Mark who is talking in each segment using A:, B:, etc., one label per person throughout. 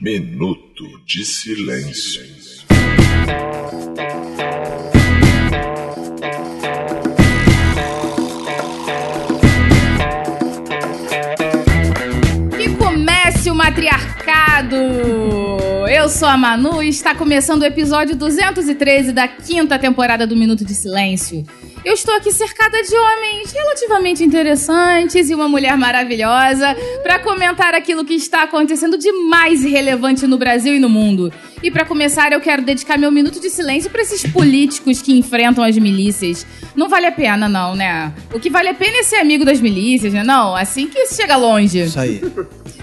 A: Minuto de Silêncio.
B: Que comece o matriarcado! Eu sou a Manu e está começando o episódio 213 da quinta temporada do Minuto de Silêncio. Eu estou aqui cercada de homens relativamente interessantes e uma mulher maravilhosa para comentar aquilo que está acontecendo de mais relevante no Brasil e no mundo. E para começar, eu quero dedicar meu minuto de silêncio para esses políticos que enfrentam as milícias. Não vale a pena, não, né? O que vale a pena é ser amigo das milícias, né? Não, assim que se chega longe.
C: Isso aí.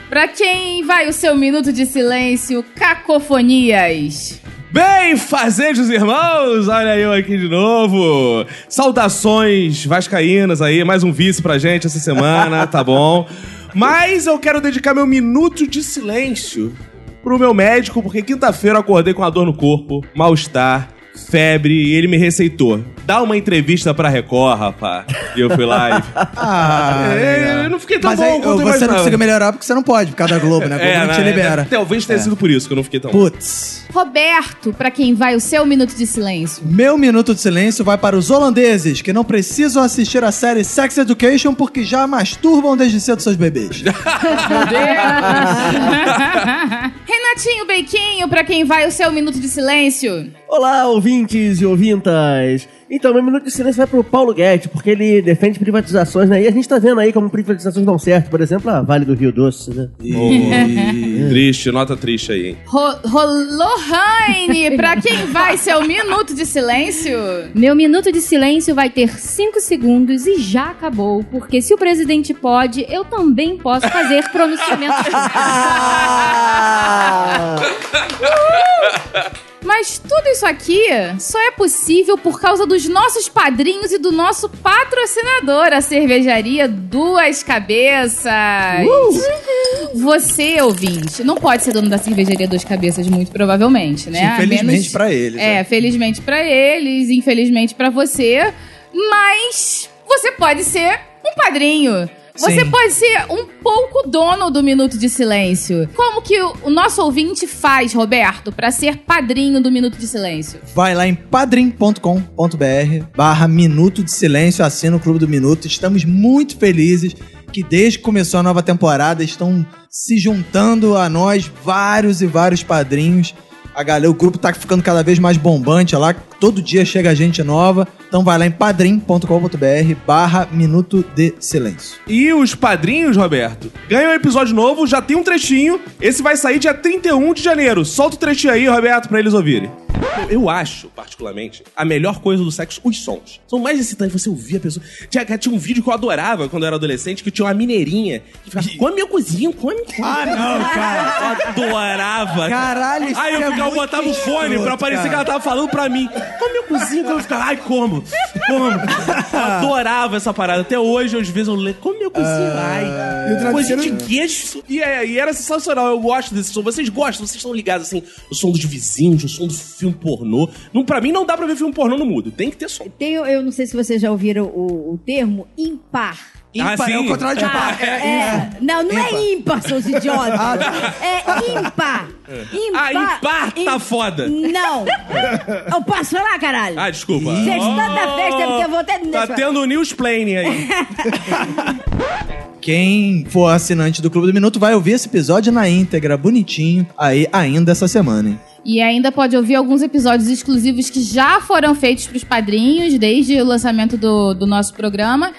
B: Pra quem vai o seu minuto de silêncio, cacofonias.
C: Bem, fazejos irmãos, olha eu aqui de novo. Saudações vascaínas aí, mais um vice pra gente essa semana, tá bom? Mas eu quero dedicar meu minuto de silêncio pro meu médico, porque quinta-feira eu acordei com a dor no corpo, mal-estar, febre, e ele me receitou. Dá uma entrevista pra Record, rapá. E eu fui lá e...
D: Ah,
C: É, eu não fiquei tão
D: mas
C: bom
D: aí,
C: quanto eu
D: você não
C: imaginava.
D: conseguiu melhorar porque você não pode, por causa da Globo, né? A Globo não te
C: né,
D: libera. É.
C: Talvez tenha sido por isso que eu não fiquei tão bom.
D: Putz.
B: Roberto, pra quem vai o seu minuto de silêncio.
D: Meu minuto de silêncio vai para os holandeses, que não precisam assistir a série Sex Education porque já masturbam desde cedo seus bebês.
B: Renatinho Beiquinho, pra quem vai o seu minuto de silêncio.
E: Olá, ouvintes e ouvintas! Então, meu minuto de silêncio vai pro Paulo Guedes, porque ele defende privatizações, né? E a gente tá vendo aí como privatizações dão certo. Por exemplo, a Vale do Rio Doce, né?
C: Ô, Triste, nota triste aí, hein?
B: Ro Ro- Lohane, pra quem vai seu minuto de silêncio.
F: Meu minuto de silêncio vai ter 5 segundos e já acabou, porque se o presidente pode, eu também posso fazer pronunciamentos.
C: Ah,
B: Mas tudo isso aqui só é possível por causa dos nossos padrinhos e do nosso patrocinador, a cervejaria Duas Cabeças. Você, ouvinte, não pode ser dono da cervejaria Duas Cabeças, muito provavelmente, né? A menos-
D: Infelizmente pra eles.
B: É, felizmente pra eles, infelizmente pra você. Mas você pode ser um padrinho. Você
D: Sim.
B: pode ser um pouco dono do Minuto de Silêncio. Como que o o nosso ouvinte faz, Roberto, pra ser padrinho do Minuto de Silêncio?
D: Vai lá em padrim.com.br barra Minuto de Silêncio, assina o Clube do Minuto. Estamos muito felizes que desde que começou a nova temporada estão se juntando a nós vários e vários padrinhos. A galera, o grupo tá ficando cada vez mais bombante olha lá, todo dia chega gente nova. Então vai lá em padrim.com.br barra Minuto de Silêncio.
C: E os padrinhos, Roberto, ganham um episódio novo, já tem um trechinho. Esse vai sair dia 31 de janeiro. Solta o trechinho aí, Roberto, pra eles ouvirem. Eu eu acho, particularmente, a melhor coisa do sexo, os sons. São mais excitantes, você ouvir a pessoa. Tinha, tinha um vídeo que eu adorava quando eu era adolescente, que tinha uma mineirinha que ficava, come meu cozinho, come, come. Ah, não, cara. Eu adorava.
D: Caralho, isso
C: Aí eu,
D: é
C: ficava,
D: muito
C: botava o fone pra
D: escroto,
C: parecer que
D: cara.
C: ela tava falando pra mim. Come meu cozinho, come. Eu ficava, ai, como? Como? Eu adorava essa parada. Até hoje, às vezes, eu leio, come meu cozinho,
D: Ah,
C: ai.
D: e o
C: Coisa de
D: travesseiro-
C: queijo. E, é, e era sensacional, eu gosto desse som. Vocês gostam, vocês estão ligados, assim, o som dos vizinhos, o som do filme pornô. Não, pra mim, não dá pra ver filme pornô no mudo. Tem que ter som.
G: Tem, eu não sei se vocês já ouviram o, o termo impar.
C: Ah,
D: Ímpar, é o contrário de par.
G: É, não, não é ímpar, seus idiotas. É ímpar.
C: tá. Ah, impar tá
G: im-
C: foda.
G: Não. Eu posso falar, caralho?
C: Ah, desculpa.
G: Gente, tanta festa, é porque eu vou até...
C: Tá tendo um newsplaining aí.
D: Quem for assinante do Clube do Minuto vai ouvir esse episódio na íntegra, bonitinho, aí ainda essa semana, hein?
B: E ainda pode ouvir alguns episódios exclusivos que já foram feitos pros padrinhos desde o lançamento do, do nosso programa.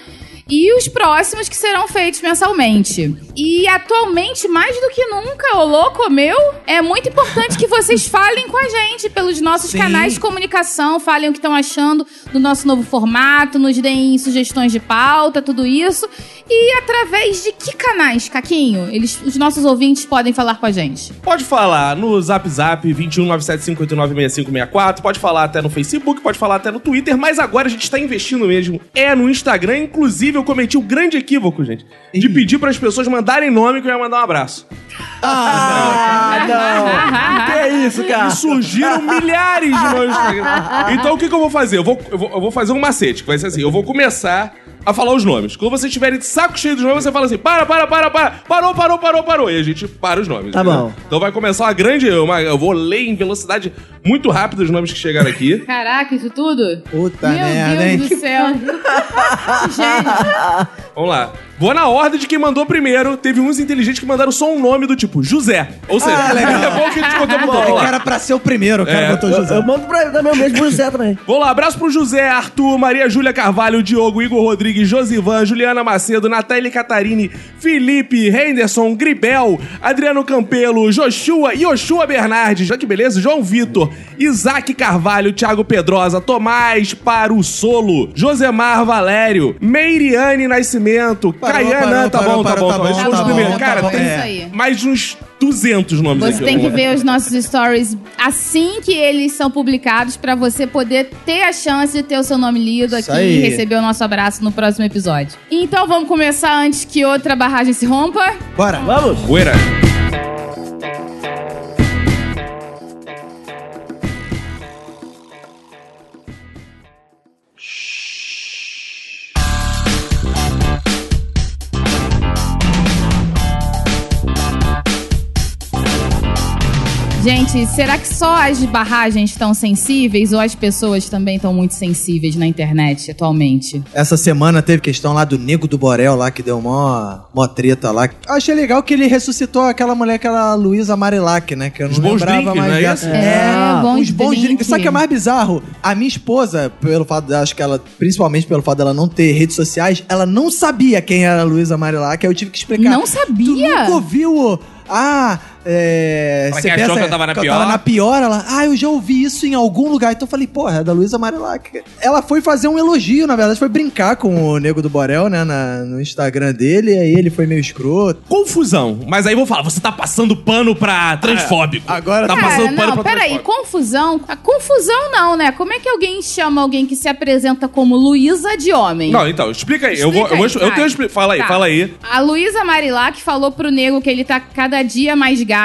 B: E os próximos que serão feitos mensalmente. E atualmente, mais do que nunca, o louco meu, é muito importante que vocês falem com a gente pelos nossos
D: Sim.
B: canais de comunicação, falem o que estão achando do nosso novo formato, nos deem sugestões de pauta, tudo isso. E através de que canais, Caquinho? Eles, os nossos ouvintes podem falar com a gente.
C: Pode falar no Zap Zap 21975896564, pode falar até no Facebook, pode falar até no Twitter, mas agora a gente tá investindo mesmo. É no Instagram, inclusive eu cometi o grande equívoco, gente, de pedir pras pessoas mandarem nome que eu ia mandar um abraço.
E: Ah, não! que isso, cara?
C: E surgiram milhares de nomes. Então o que, que eu vou fazer? Eu vou, eu, vou, eu vou fazer um macete, que vai ser assim: eu vou começar a falar os nomes. Quando vocês tiverem de saco cheio dos nomes, você fala assim: para, para, para, para, parou, parou, parou, parou. E a gente para os nomes.
E: Tá bom.
C: Então vai começar uma grande. Uma, eu vou ler em velocidade muito rápida os nomes que chegaram aqui.
B: Caraca, isso tudo?
D: Puta
B: Meu
D: Tá merda,
B: Deus
D: hein?
B: do céu. Gente,
C: Vamos lá. Vou na ordem de quem mandou primeiro. Teve uns inteligentes que mandaram só um nome do tipo José. Ou seja,
D: Ah, legal.
C: é bom que a gente contou pro
D: Pô,
C: nome.
D: o
C: Lá.
D: cara pra ser o primeiro, o cara
C: É,
D: botou
E: Eu,
D: José.
E: eu mando pra ele também, o mesmo José também.
C: Vamos lá, abraço pro José, Arthur, Maria Júlia Carvalho, Diogo, Igor Rodrigues, Josivan, Juliana Macedo, Natália Catarine, Felipe, Henderson, Gribel, Adriano Campelo, Joshua, Yoshua Bernardes, olha que beleza, João Vitor, Isaac Carvalho, Thiago Pedrosa, Tomás Parussolo, Josemar Valério, Meiriane Nascimento,
D: Parou, parou,
C: Caiana, tá
D: parou,
C: bom, tá
D: parou,
C: bom,
D: tá
C: tá bom,
D: bom,
C: São os
D: tá
C: primeiros.
D: bom,
C: Cara,
D: tá bom.
C: tem
B: É isso aí.
C: mais de uns 200 nomes
B: você
C: aqui.
B: tem que ver os nossos stories assim que eles são publicados pra você poder ter a chance de ter o seu nome lido
D: Isso
B: aqui
D: aí.
B: e receber o nosso abraço no próximo episódio. Então vamos começar antes que outra barragem se rompa.
D: Bora.
E: Vamos?
C: Uera.
B: Gente, será que só as barragens estão sensíveis ou as pessoas também estão muito sensíveis na internet atualmente?
D: Essa semana teve questão lá do Nego do Borel, lá que deu mó, mó treta lá. Eu achei legal que ele ressuscitou aquela mulher, aquela Luísa Marilac, né? Que eu não
C: Os bons
D: lembrava
C: drinks,
D: mais
C: não é
D: dela.
C: isso?
B: É, bons
D: os bons
B: drinks.
D: drinks. Só que é mais bizarro. A minha esposa, pelo fato, acho que ela, principalmente pelo fato dela não ter redes sociais, ela não sabia quem era a Luísa Marilac. Aí eu tive que explicar.
B: Não
D: Tu
B: sabia?
D: nunca ouviu? Ah, é.
C: Ela
D: você
C: que achou que eu tava na
D: Eu
C: pior?
D: tava na pior, ela. Ah, eu já ouvi isso em algum lugar. Então eu falei, porra, é da Luísa Marilac. Ela foi fazer um elogio, na verdade, foi brincar com o Nego do Borel, né, na- no Instagram dele. E aí ele foi meio escroto.
C: confusão. Mas aí vou falar, você tá passando pano pra transfóbico.
D: agora
C: Ah, tá
D: tá.
C: passando
B: Cara,
C: pano
B: É, não,
C: pra
B: peraí,
C: transfóbico.
B: confusão. A confusão não, né? Como é que alguém chama alguém que se apresenta como Luísa de homem?
C: Não, então, explica aí. eu vou,
B: Explica
C: eu, vou,
B: aí,
C: eu tenho
B: vai.
C: expli- fala aí,
B: Tá.
C: fala aí.
B: A Luísa Marilac falou pro nego que ele tá cada dia mais gato.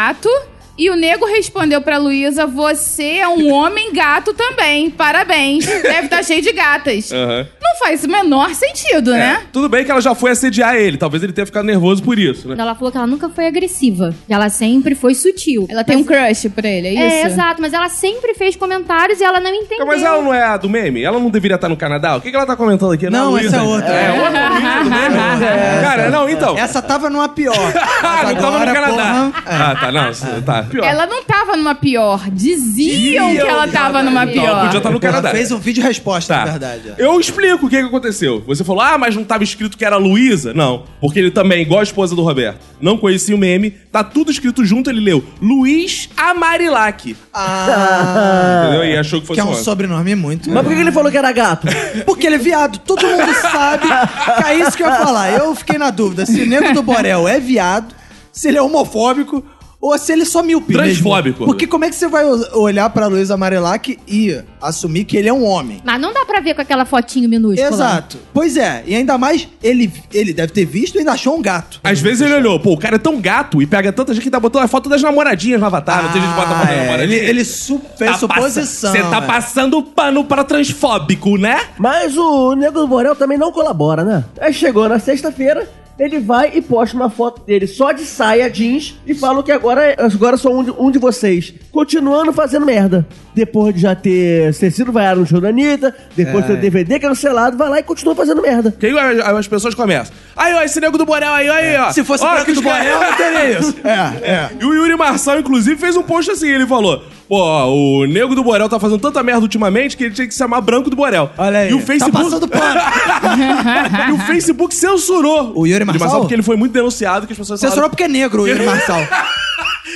B: E o nego respondeu pra Luísa: Você é um homem gato também. Parabéns. Deve estar cheio de gatas.
C: Aham.
B: Não faz o menor sentido,
C: É,
B: né?
C: Tudo bem que ela já foi assediar ele. Talvez ele tenha ficado nervoso por isso, né?
F: Ela falou que ela nunca foi agressiva. que Ela sempre foi sutil.
B: Ela tem um crush pra ele, é isso?
F: É, exato, mas ela sempre fez comentários e ela não entendeu.
C: Mas ela não é a do meme? Ela não deveria estar no Canadá? O que, que ela tá comentando aqui?
D: Não,
C: Luísa?
D: essa é outra.
C: É, outra Luísa do meme? né? Cara, não, então.
D: Essa tava numa pior.
C: Ah,
D: Mas
C: não tava no
D: agora,
C: Canadá.
D: porra, É.
C: Ah, tá, não, tá. Pior.
B: Ela não tava numa pior. Diziam que ela tava numa
C: Não, ela
B: pior.
C: podia estar no
D: Ela
C: Canadá.
D: fez um vídeo resposta,
C: Tá.
D: na verdade. é. ó.
C: Eu explico o que, que aconteceu. Você falou, ah, mas não estava escrito que era Luísa? Não, porque ele também, igual a esposa do Roberto, não conhecia o meme, tá tudo escrito junto, ele leu Luiz Amarilac.
D: Ah,
C: Entendeu? E achou
D: que
C: que fosse
D: é um
C: homem.
D: sobrenome muito.
E: Mas por que que ele falou que era gato?
D: Porque ele é viado, todo mundo sabe. É isso que eu ia falar. Eu fiquei na dúvida se o Nego do Borel é viado, se ele é homofóbico ou se ele é só míope. mesmo.
C: Transfóbico.
D: Porque como é que você vai o- olhar pra Luiz Amarelac e assumir que ele é um homem?
F: Mas não dá pra ver com aquela fotinho minúscula.
D: Exato. Pois é, e ainda mais, ele, ele deve ter visto e ainda achou um gato.
C: Às vezes ele olhou, pô, o cara é tão gato e pega tanta gente que tá botando a foto das namoradinhas no avatar. não tem gente que bota a foto
D: Ah,
C: da
D: é.
C: namoradinha.
D: Ele, ele su- fez suposição.
C: Você tá
D: é.
C: passando pano para transfóbico, né?
E: Mas o Nego do Borel também não colabora, né? Aí chegou na sexta-feira, ele vai e posta uma foto dele só de saia jeans e fala que agora, agora sou um de, um de vocês. Continuando fazendo merda. Depois de já ter, ter sido vaiado no show da Anitta, depois de ter DVD cancelado, é vai lá e continua fazendo merda.
C: Que aí as- as pessoas começam. Aí, ó, esse nego do Borel aí, aí, ó.
D: É. Se fosse
C: Ó,
D: o branco
C: que os
D: do
C: caras-
D: Borel, não teria isso. É, é.
C: E o Yuri Marçal, inclusive, fez um post assim, ele falou... Pô, o Nego do Borel tá fazendo tanta merda ultimamente que ele tinha que se chamar Branco do Borel.
D: Olha aí.
C: E o Facebook...
D: Tá passando pano.
C: e o Facebook censurou.
D: O Yuri Marçal?
C: Porque ele foi muito denunciado que as pessoas
D: Censurou
C: falaram
D: porque é negro o Yuri Marçal.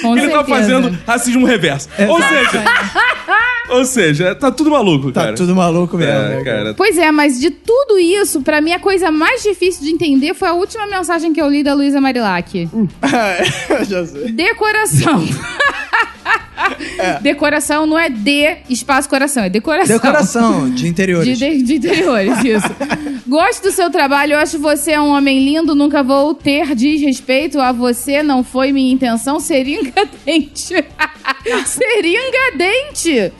B: Com
C: que ele tá
B: certeza.
C: fazendo racismo reverso. Ou seja... ou seja, tá tudo maluco,
D: Tá
C: cara.
D: tudo maluco mesmo.
C: É,
D: né,
C: cara.
B: Pois é, mas de tudo isso, pra mim a coisa mais difícil de entender foi a última mensagem que eu li da Luísa Marilac.
D: Já sei.
B: Decoração. Decoração não é de espaço coração, é decoração.
D: Decoração de
B: De,
D: interiores.
B: de, de interiores, isso. Gosto do seu trabalho, eu acho você um homem lindo, nunca vou ter desrespeito a você, não foi minha intenção. Seringa dente. Seringa dente.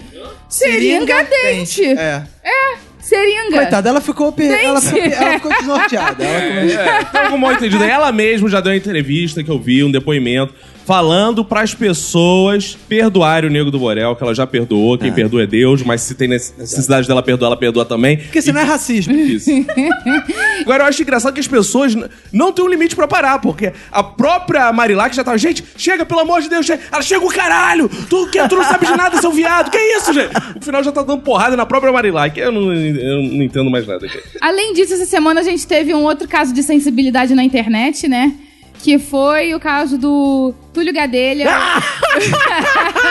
B: Seringa dente.
D: É.
B: É, Seringa.
D: Coitada, ela ficou, pe- ela ficou, pe- ela ficou desnorteada. Ela começou-
C: É, Tem algum mal entendido. aí. Ela mesma já deu uma entrevista que eu vi, um depoimento, falando pras pessoas perdoarem o Nego do Borel, que ela já perdoou, quem perdoa é Deus, mas se tem necessidade dela perdoar, ela perdoa também.
D: Porque senão é racismo.
C: Isso. Agora eu acho engraçado que as pessoas n- não têm um limite pra parar, porque a própria Marilá que já tava, gente, chega, pelo amor de Deus, chega. Ela chega o caralho! Tu, que, tu não sabe de nada, seu viado! Que isso, gente? O final já tá dando porrada na própria Marilá, que eu não, eu não entendo mais nada. aqui.
B: Além disso, essa semana a gente teve um outro caso de sensibilidade na internet, né? Que foi o caso do Túlio Gadelha.
E: Ah!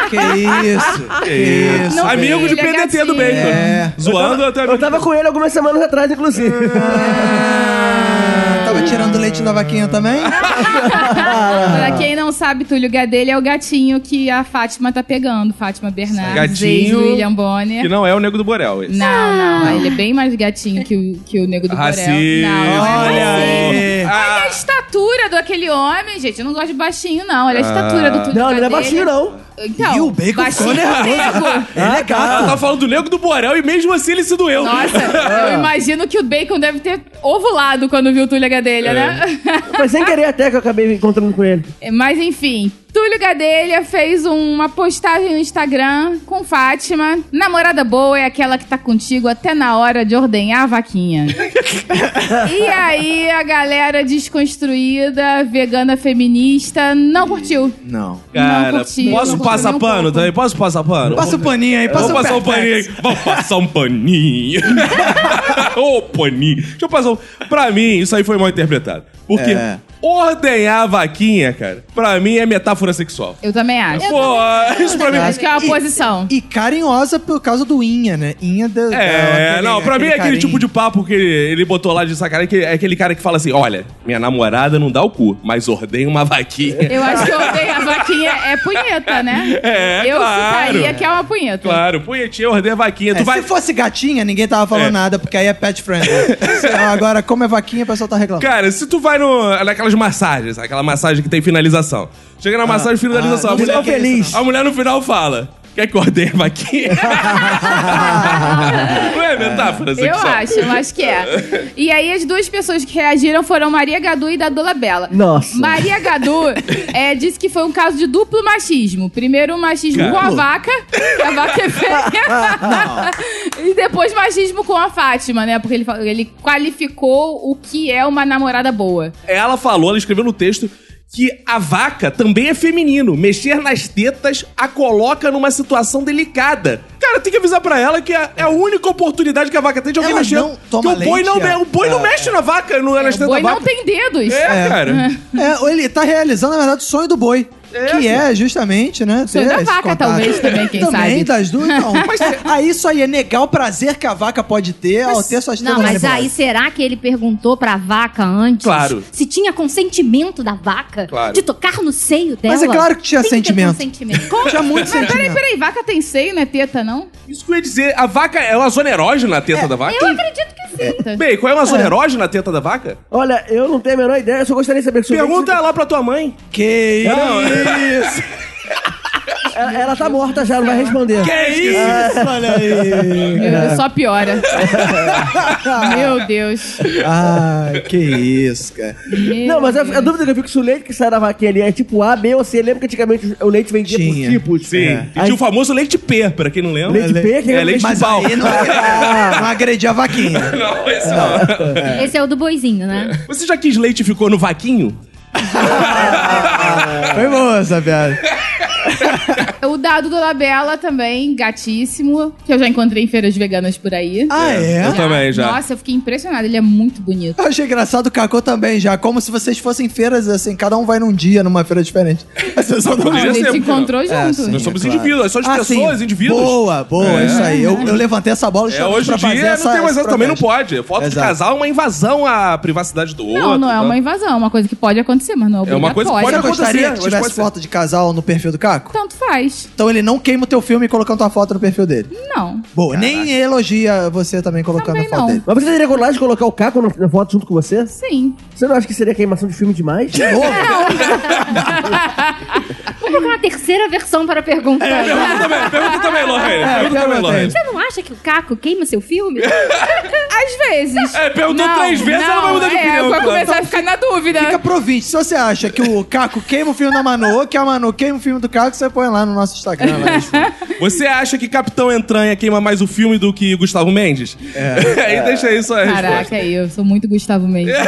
D: Que isso. Que isso.
B: Não
D: velho.
C: Amigo de
B: Ele é
C: PDT
B: gatinho.
C: do bem.
D: É.
C: Zoando até
E: Eu tava com ele algumas semanas atrás, inclusive.
D: Ah, Tava tirando leite da vaquinha também?
B: pra quem não sabe, Túlio Gadelha é o gatinho que a Fátima tá pegando. Fátima Bernardes, ex
C: Gatinho
B: do William
C: Que
B: Bonner.
C: não é o Nego do Borel, esse.
B: Não, não, ele é bem mais gatinho que o, que o Nego do
C: Racismo.
B: Borel. Não, não é
D: Olha
B: racismo.
D: aí.
B: Olha a
C: Ah,
B: estatura do aquele homem, gente. Eu não gosto de baixinho, não.
C: Ah.
B: Olha a estatura do Túlio
E: Não, ele não
B: Gadelha.
E: é baixinho, não.
B: Então,
D: Ah, E o bacon
B: baixinho
D: ficou né?
B: é
D: nervoso.
B: nego.
D: Ele é
C: ela tá
D: gato.
C: falando do Nego do Borel e mesmo assim ele se doeu.
B: Nossa, eu imagino que o Bacon deve ter ovulado quando viu o Túlio Gadelha, né?
D: tá.
E: Foi sem querer até que eu acabei me encontrando com ele.
B: Mas enfim, Túlio Gadelha fez uma postagem no Instagram com Fátima. Namorada boa é aquela que tá contigo até na hora de ordenhar a vaquinha. e aí a galera desconstruída, vegana feminista, não curtiu.
D: Não.
B: Não
C: Cara,
B: curti,
C: posso
B: não
C: passar
B: curti nem um
C: pano
B: pouco.
C: também? Posso passar pano?
D: Passa o paninho aí, passa
C: Vou
D: o
C: passar um
D: Perfex.
C: paninho aí. Vou passar um paninho. Ô, paninho. Deixa eu passar um... Pra mim, isso aí foi mal interpretado. Porque
D: É.
C: ordenhar a vaquinha, cara, pra mim é metáfora sexual.
B: Eu também acho.
C: Pô, isso pra mim...
B: Acho que é uma
D: E-
B: posição.
D: E carinhosa por causa do Inha, né? Inha da.
C: É, não, pra mim é aquele tipo de
D: de
C: papo que ele, ele botou lá de sacanagem, que é aquele cara que fala assim, olha, minha namorada não dá o cu, mas ordenha uma
D: É.
C: vaquinha.
B: Eu acho que ordenhar a vaquinha é punheta, né?
C: É,
B: eu
C: claro.
B: citaria que é uma punheta.
C: Claro, punhetinha, ordenha vaquinha.
D: É,
C: tu vai...
D: Se fosse gatinha, ninguém tava falando
C: É.
D: nada, porque aí é pet friendly. Ah, Agora, como é vaquinha, o pessoal tá reclamando.
C: Cara, se tu vai no, naquelas massagens, aquela massagem que tem finalização. Chega na massagem, finalização.
D: ah,
C: a,
D: não
C: mulher,
D: sei o que é isso,
C: a mulher no final fala: Quer que eu ordene a vaquinha? Não é metáfora
B: Eu
C: sexual?
B: acho, eu acho que é. E aí as duas pessoas que reagiram foram Maria Gadu e Dadola Bela.
E: Nossa.
B: Maria Gadu é, disse que foi um caso de duplo machismo. Primeiro o machismo
C: Cara.
B: com a vaca, que a vaca é feia. e depois machismo com a Fátima, né? Porque ele, fa- ele qualificou o que é uma namorada boa.
C: Ela falou, ela escreveu no texto que a vaca também é feminino. Mexer nas tetas a coloca numa situação delicada. Cara, tem que avisar pra ela que é é a única oportunidade que a vaca tem de alguém
D: Ela
C: mexer.
D: não toma
C: que o boi
D: leite,
C: não,
D: é.
C: me- o boi não
D: É,
C: mexe na vaca, não é nas
E: tá
B: O
C: tetas
B: boi
C: da
B: não
C: vaca.
B: tem dedos.
C: É, cara.
B: Uhum.
D: É, ou ele tá realizando, na verdade, o sonho do boi. que é justamente, né?
B: Sonho
D: ter
B: da
D: esse
B: vaca,
D: contato.
B: talvez, também, quem
D: também,
B: sabe.
D: das duas, não. Mas aí isso aí é negar o prazer que a vaca pode ter ao ter suas
F: Não,
D: telas
F: mas aí
D: liberadas.
F: será que ele perguntou pra vaca antes?
C: Claro.
F: Se tinha consentimento da vaca
C: Claro.
F: de tocar no seio dela?
D: Mas é claro que tinha
F: Tem ter
D: sentimento.
F: consentimento.
D: Tinha muito
B: Mas peraí,
D: sentimento.
B: peraí, vaca tem seio, não é teta, não?
C: Isso que eu ia dizer, a vaca é uma zona erógena na teta
D: É,
C: da vaca?
F: Eu acredito que sim.
C: Bem, qual é uma zona erógena na teta da vaca?
E: Olha, eu não tenho a menor ideia, eu só gostaria de saber se o
C: Pergunta
E: Vente-
C: lá pra tua mãe.
D: Que
C: Não.
D: isso!
E: Ela, ela tá morta já, não vai responder.
C: Que isso?
D: Olha aí!
E: É.
B: Eu- Só piora. Meu Deus.
D: Ai, que isso, cara.
B: Meu
E: Não, mas é a,
B: Deus.
E: a dúvida que eu fico se o leite que sai da vaquinha ali é tipo A, B ou C. Lembra que antigamente o leite vendia
D: Tinha.
E: por tipos?
C: Sim.
D: É.
C: E tinha o famoso leite P, pra quem não lembra.
E: Leite P, que
C: É leite
D: Mas
C: de pau.
D: aí não, é- ah, não agredi a vaquinha.
C: Não, esse não.
F: Esse é o do boizinho, né?
C: Você já quis leite e ficou no vaquinho?
D: Foi boa essa piada.
B: O dado do Labela também, gatíssimo, que eu já encontrei em feiras veganas por aí.
D: Ah, é?
C: Eu também já.
B: Nossa, eu fiquei impressionada, ele é muito bonito.
D: Eu achei engraçado o Cacô também, já. Como se vocês fossem feiras, assim, cada um vai num dia, numa feira diferente. A sessão do
B: A
C: Poderia
B: gente
C: ser,
B: se
C: porque não?
B: encontrou
D: É,
B: junto.
D: sim,
C: Nós somos
D: é claro.
C: indivíduos, nós somos
D: Ah, sim.
C: pessoas, indivíduos.
D: Boa, boa,
C: É.
D: isso aí. Eu,
B: Uhum.
D: eu levantei essa bola
C: É,
D: justamente
C: hoje em
D: pra fazer
C: dia
D: essa,
C: não tem mais
D: esse
C: essa, também não
D: protesto.
C: pode. Foto de
D: Exato.
C: casal é uma invasão à privacidade do outro.
B: Não, não é
C: tá?
B: uma invasão, é uma coisa que pode acontecer, mas não é
C: É uma coisa que
B: obrigatória.
D: Você
C: pode
D: gostaria
C: acontecer,
D: que
C: mas
D: tivesse
C: pode ser.
D: foto de casal no perfil do Caco?
B: Tanto faz.
D: Então ele não queima o teu filme colocando tua foto no perfil dele.
B: Não.
D: Boa, nem elogia você também colocando
B: Também
D: a foto
B: não.
D: dele.
E: Mas você teria coragem de colocar o Caco na, na foto junto com você?
B: Sim.
E: Você não acha que seria queimação de filme demais?
D: De novo?
F: Vamos procurar uma terceira versão para a pergunta.
C: É, pergunta também, pergunta também, Lorraine.
D: É,
C: Pergunta também,
D: pergunta aí.
C: Lorraine.
F: Você não acha que o Caco queima seu filme?
B: Às vezes.
C: É, perguntou três vezes, ela vai mudar de
B: é,
C: opinião,
B: Vai
C: claro.
B: começar a ficar na dúvida.
D: Fica pro vídeo. Se você acha que o Caco queima o filme da Manu ou que a Manu queima o filme do Caco, você põe lá no nosso Instagram. lá, gente.
B: É,
C: Você acha que Capitão Entranha queima mais o filme do que Gustavo Mendes? É. Aí deixa isso a resposta.
B: Caraca, eu sou muito Gustavo Mendes.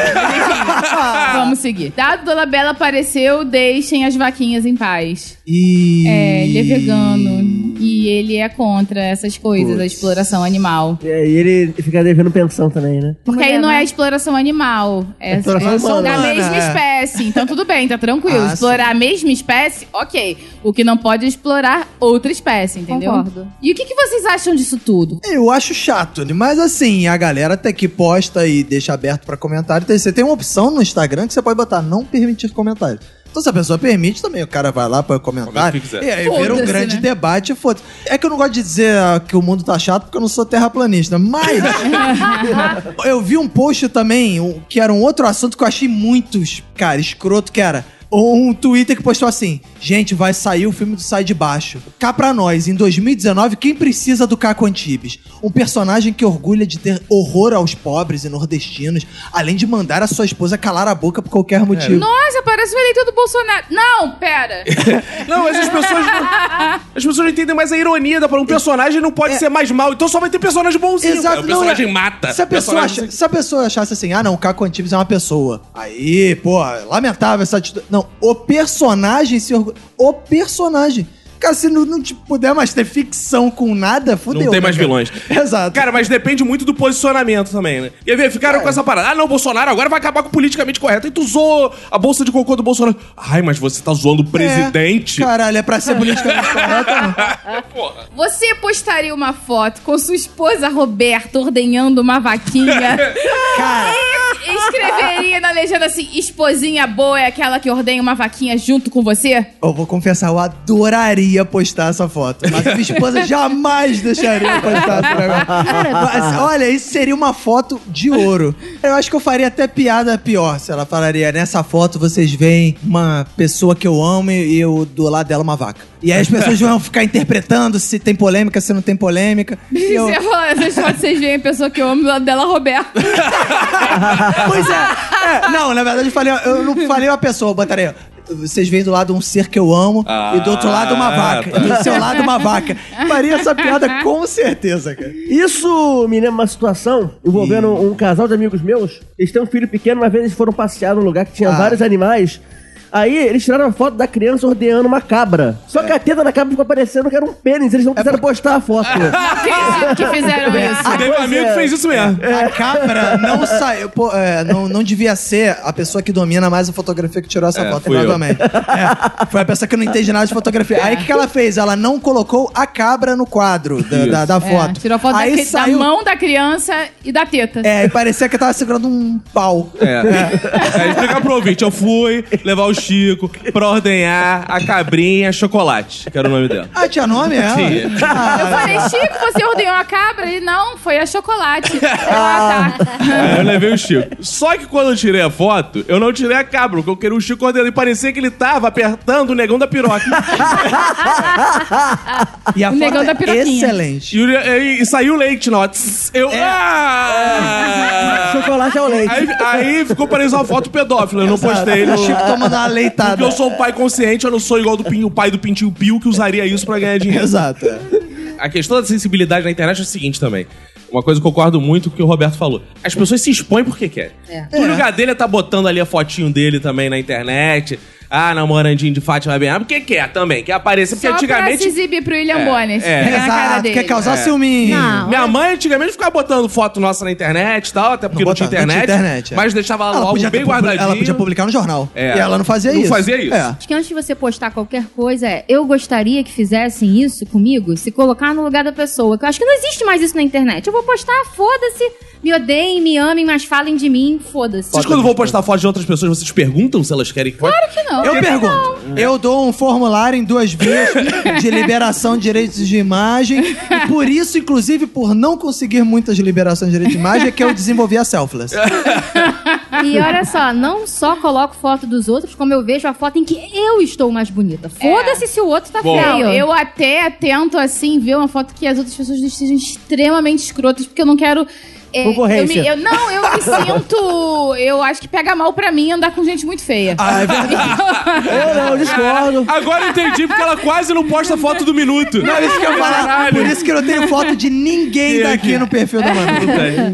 B: Vamos seguir. Dado Dona Bela apareceu, deixem as vaquinhas em paz.
D: E...
B: É, ele é vegano. E ele é contra essas coisas, a exploração animal.
E: É, E aí ele fica devendo pensão também, né?
B: Porque aí não é exploração animal. É,
E: É exploração
B: é são da
D: humana,
B: mesma
D: é.
B: espécie. Então tudo bem, tá tranquilo.
D: Ah,
B: explorar a mesma espécie, ok. O que não pode é explorar outra espécie, entendeu?
F: Concordo.
B: E o que, que vocês acham disso tudo?
D: Eu acho chato, né? mas assim, a galera até que posta e deixa aberto pra comentário. Então, Você tem uma opção no Instagram que você pode botar não permitir comentário. Então, se a pessoa permite, também o cara vai lá, põe
C: Comenta o que
D: comentário.
C: quiser.
D: E aí vira um
B: Foda-se,
D: grande
B: né?
D: debate e foda É que eu não gosto de dizer ah, que o mundo tá chato porque eu não sou terraplanista, mas. eu vi um post também um- que era um outro assunto que eu achei muito, cara, escroto, que era. Um Twitter que postou assim: Gente, vai sair o filme do Sai de Baixo. Cá pra nós, em 2019, quem precisa do Caco Antibes? Um personagem que orgulha de ter horror aos pobres e nordestinos, além de mandar a sua esposa calar a boca por qualquer motivo.
B: Nossa, parece o eleitor do Bolsonaro. Não, pera.
C: Não, mas as pessoas não, as pessoas não entendem mais a ironia da palavra. Um personagem não pode ser mais mal, então só vai ter personagem bonzinho. cara.
D: é. Exato,
C: O
D: não,
C: personagem
D: é-
C: mata.
D: Se a,
C: O
D: pessoa
C: personagem-
D: acha- se a pessoa achasse assim, ah não, o Caco Antibes é uma pessoa. Aí, pô, lamentável essa atitude. Não, o personagem se orgulha. O personagem. Cara, se não, não te puder mais ter ficção com nada, fudeu. né,
C: tem mais
D: cara?
C: vilões.
D: Exato. É,
C: Cara, mas depende muito do posicionamento também, né? E aí ficaram com essa parada. Ah, não, Bolsonaro agora vai acabar com o politicamente correto. E tu zoou a bolsa de cocô do Bolsonaro. Ai, mas você tá zoando o presidente? Ah,
D: É, caralho, é pra ser politicamente correto. é não.
C: Porra.
B: Você postaria uma foto com sua esposa Roberta ordenhando uma vaquinha
D: Cara,
B: e escreveria na legenda assim: esposinha boa é aquela que ordenha uma vaquinha junto com você?
D: eu vou confessar, eu adoraria postar essa foto. Mas minha esposa jamais deixaria eu postar esse negócio. Mas, assim, olha, isso seria uma foto de ouro. Eu acho que eu faria até piada pior se ela falaria: nessa foto vocês veem uma pessoa que eu amo e eu do lado dela uma vaca. E aí as pessoas vão ficar interpretando se tem polêmica, se não tem polêmica. E eu-
B: Você fala, é essas fotos vocês veem a pessoa que eu amo do lado dela, Roberta.
D: Pois é. É, Não, na verdade eu falei, eu não falei uma pessoa, eu botaria. Vocês veem do lado um ser que eu amo
C: Ah,
D: e do outro lado uma vaca.
C: tá.
D: E do seu lado uma vaca. Faria essa piada com certeza, cara.
E: Isso me lembra uma situação envolvendo um casal de amigos meus. Eles têm um filho pequeno, uma vez eles foram passear num lugar que tinha
D: Ah.
E: vários animais. Aí eles tiraram a foto da criança ordenhando uma cabra. Só que a teta da cabra ficou parecendo que era um pênis, eles não
C: É
E: quiseram postar a foto.
B: Que, que fizeram isso?
C: Teve um
E: pois
C: amigo
E: é.
C: que fez isso mesmo.
D: A cabra não saiu. pô, é, não, não devia ser a pessoa que domina mais a fotografia que tirou essa
C: É,
D: foto,
C: fui eu.
D: provavelmente. É, foi a pessoa que não entende nada de fotografia. Aí o que, que ela fez? Ela não colocou a cabra no quadro da, da- da
B: É,
D: foto.
B: tirou foto da,
D: Aí
B: que- da
D: saiu,
B: mão da criança e da teta.
D: É, e parecia que tava segurando um pau.
C: É. é. Explicar pro ouvinte. Eu fui levar o Chico pra ordenhar a cabrinha chocolate, que era o nome dela.
D: Ah, tinha nome? Ela?
C: Sim.
D: Ah,
B: Eu falei, Chico, você ordenhou a cabra? Ele, não, foi a chocolate. Ah, tá.
C: Aí eu levei o Chico. Só que quando eu tirei a foto, eu não tirei a cabra, porque eu queria o Chico ordenando. E parecia que ele tava apertando o negão da piroca.
D: E a
B: O negão
D: foto
B: da
D: é
B: piroquinha.
D: excelente.
C: E, o- e- e saiu leite na hora. Tss, Eu. Ah!
E: Chocolate ao leite.
C: Aí, aí ficou parecendo uma foto pedófila. Eu não postei.
D: O
C: No...
D: Chico tomando uma leitada.
C: Porque eu sou um pai consciente, eu não sou igual do Pin- o pai do Pintinho Pio que usaria isso pra ganhar dinheiro.
D: Exato. é.
C: A questão da sensibilidade na internet é o seguinte também. Uma coisa que eu concordo muito com o que o Roberto falou. As pessoas se expõem porque querem. O
D: É.
C: Júlio Gadelha tá botando ali a fotinho dele também na internet. Ah, namorandinho de Fátima Bem. Ah, porque quer também. Quer aparecer. Porque
B: Só pra se
C: antigamente...
B: exibir pro William
C: É,
B: Bonner.
C: é.
B: Pegar na cara
D: Exato.
B: dele.
D: Quer causar ciúminho.
F: Ah,
G: Não.
C: Minha mãe antigamente ficava botando foto nossa na internet e tal, até porque não,
D: botava,
C: tinha internet.
D: internet, é.
C: Mas deixava lá
D: Ela
C: algo
D: podia,
C: bem
D: ter publi-
C: guardadinho.
D: ela podia publicar no jornal.
C: É.
D: E ela não fazia
C: Não
D: isso.
C: fazia isso.
D: É.
F: Acho que antes de você postar qualquer coisa, é, eu gostaria que fizessem isso comigo, se colocar no lugar da pessoa. Que eu acho que não existe mais isso na internet. Eu vou postar, foda-se, me odeiem, me amem, mas falem de mim, foda-se.
C: Vocês, quando vão postar foto de outras pessoas, vocês perguntam se elas querem que poste?
B: Claro que não. não.
D: Eu pergunto. Eu dou um formulário em duas vias de liberação de direitos de imagem. E por isso, inclusive, por não conseguir muitas liberações de direitos de imagem, é que eu desenvolvi a Selfless.
F: E olha só, não só coloco foto dos outros, como eu vejo a foto em que eu estou mais bonita. Foda-se se o outro tá
C: Boa.
F: feio.
B: É. Não, eu até tento, assim, ver uma foto que as outras pessoas estejam extremamente escrotas, porque eu não quero. é,
E: Concorrência.
B: eu me- eu- não, eu me sinto. Eu acho que pega mal pra mim andar com gente muito feia.
D: Ah, é verdade.
E: Eu não, discordo.
C: Agora eu entendi porque ela quase não posta foto do minuto. é
D: Não, isso que eu ia falar.
C: Caralho.
D: Por isso que eu não tenho foto de ninguém
C: E
D: daqui
C: aqui?
D: no perfil da Manu.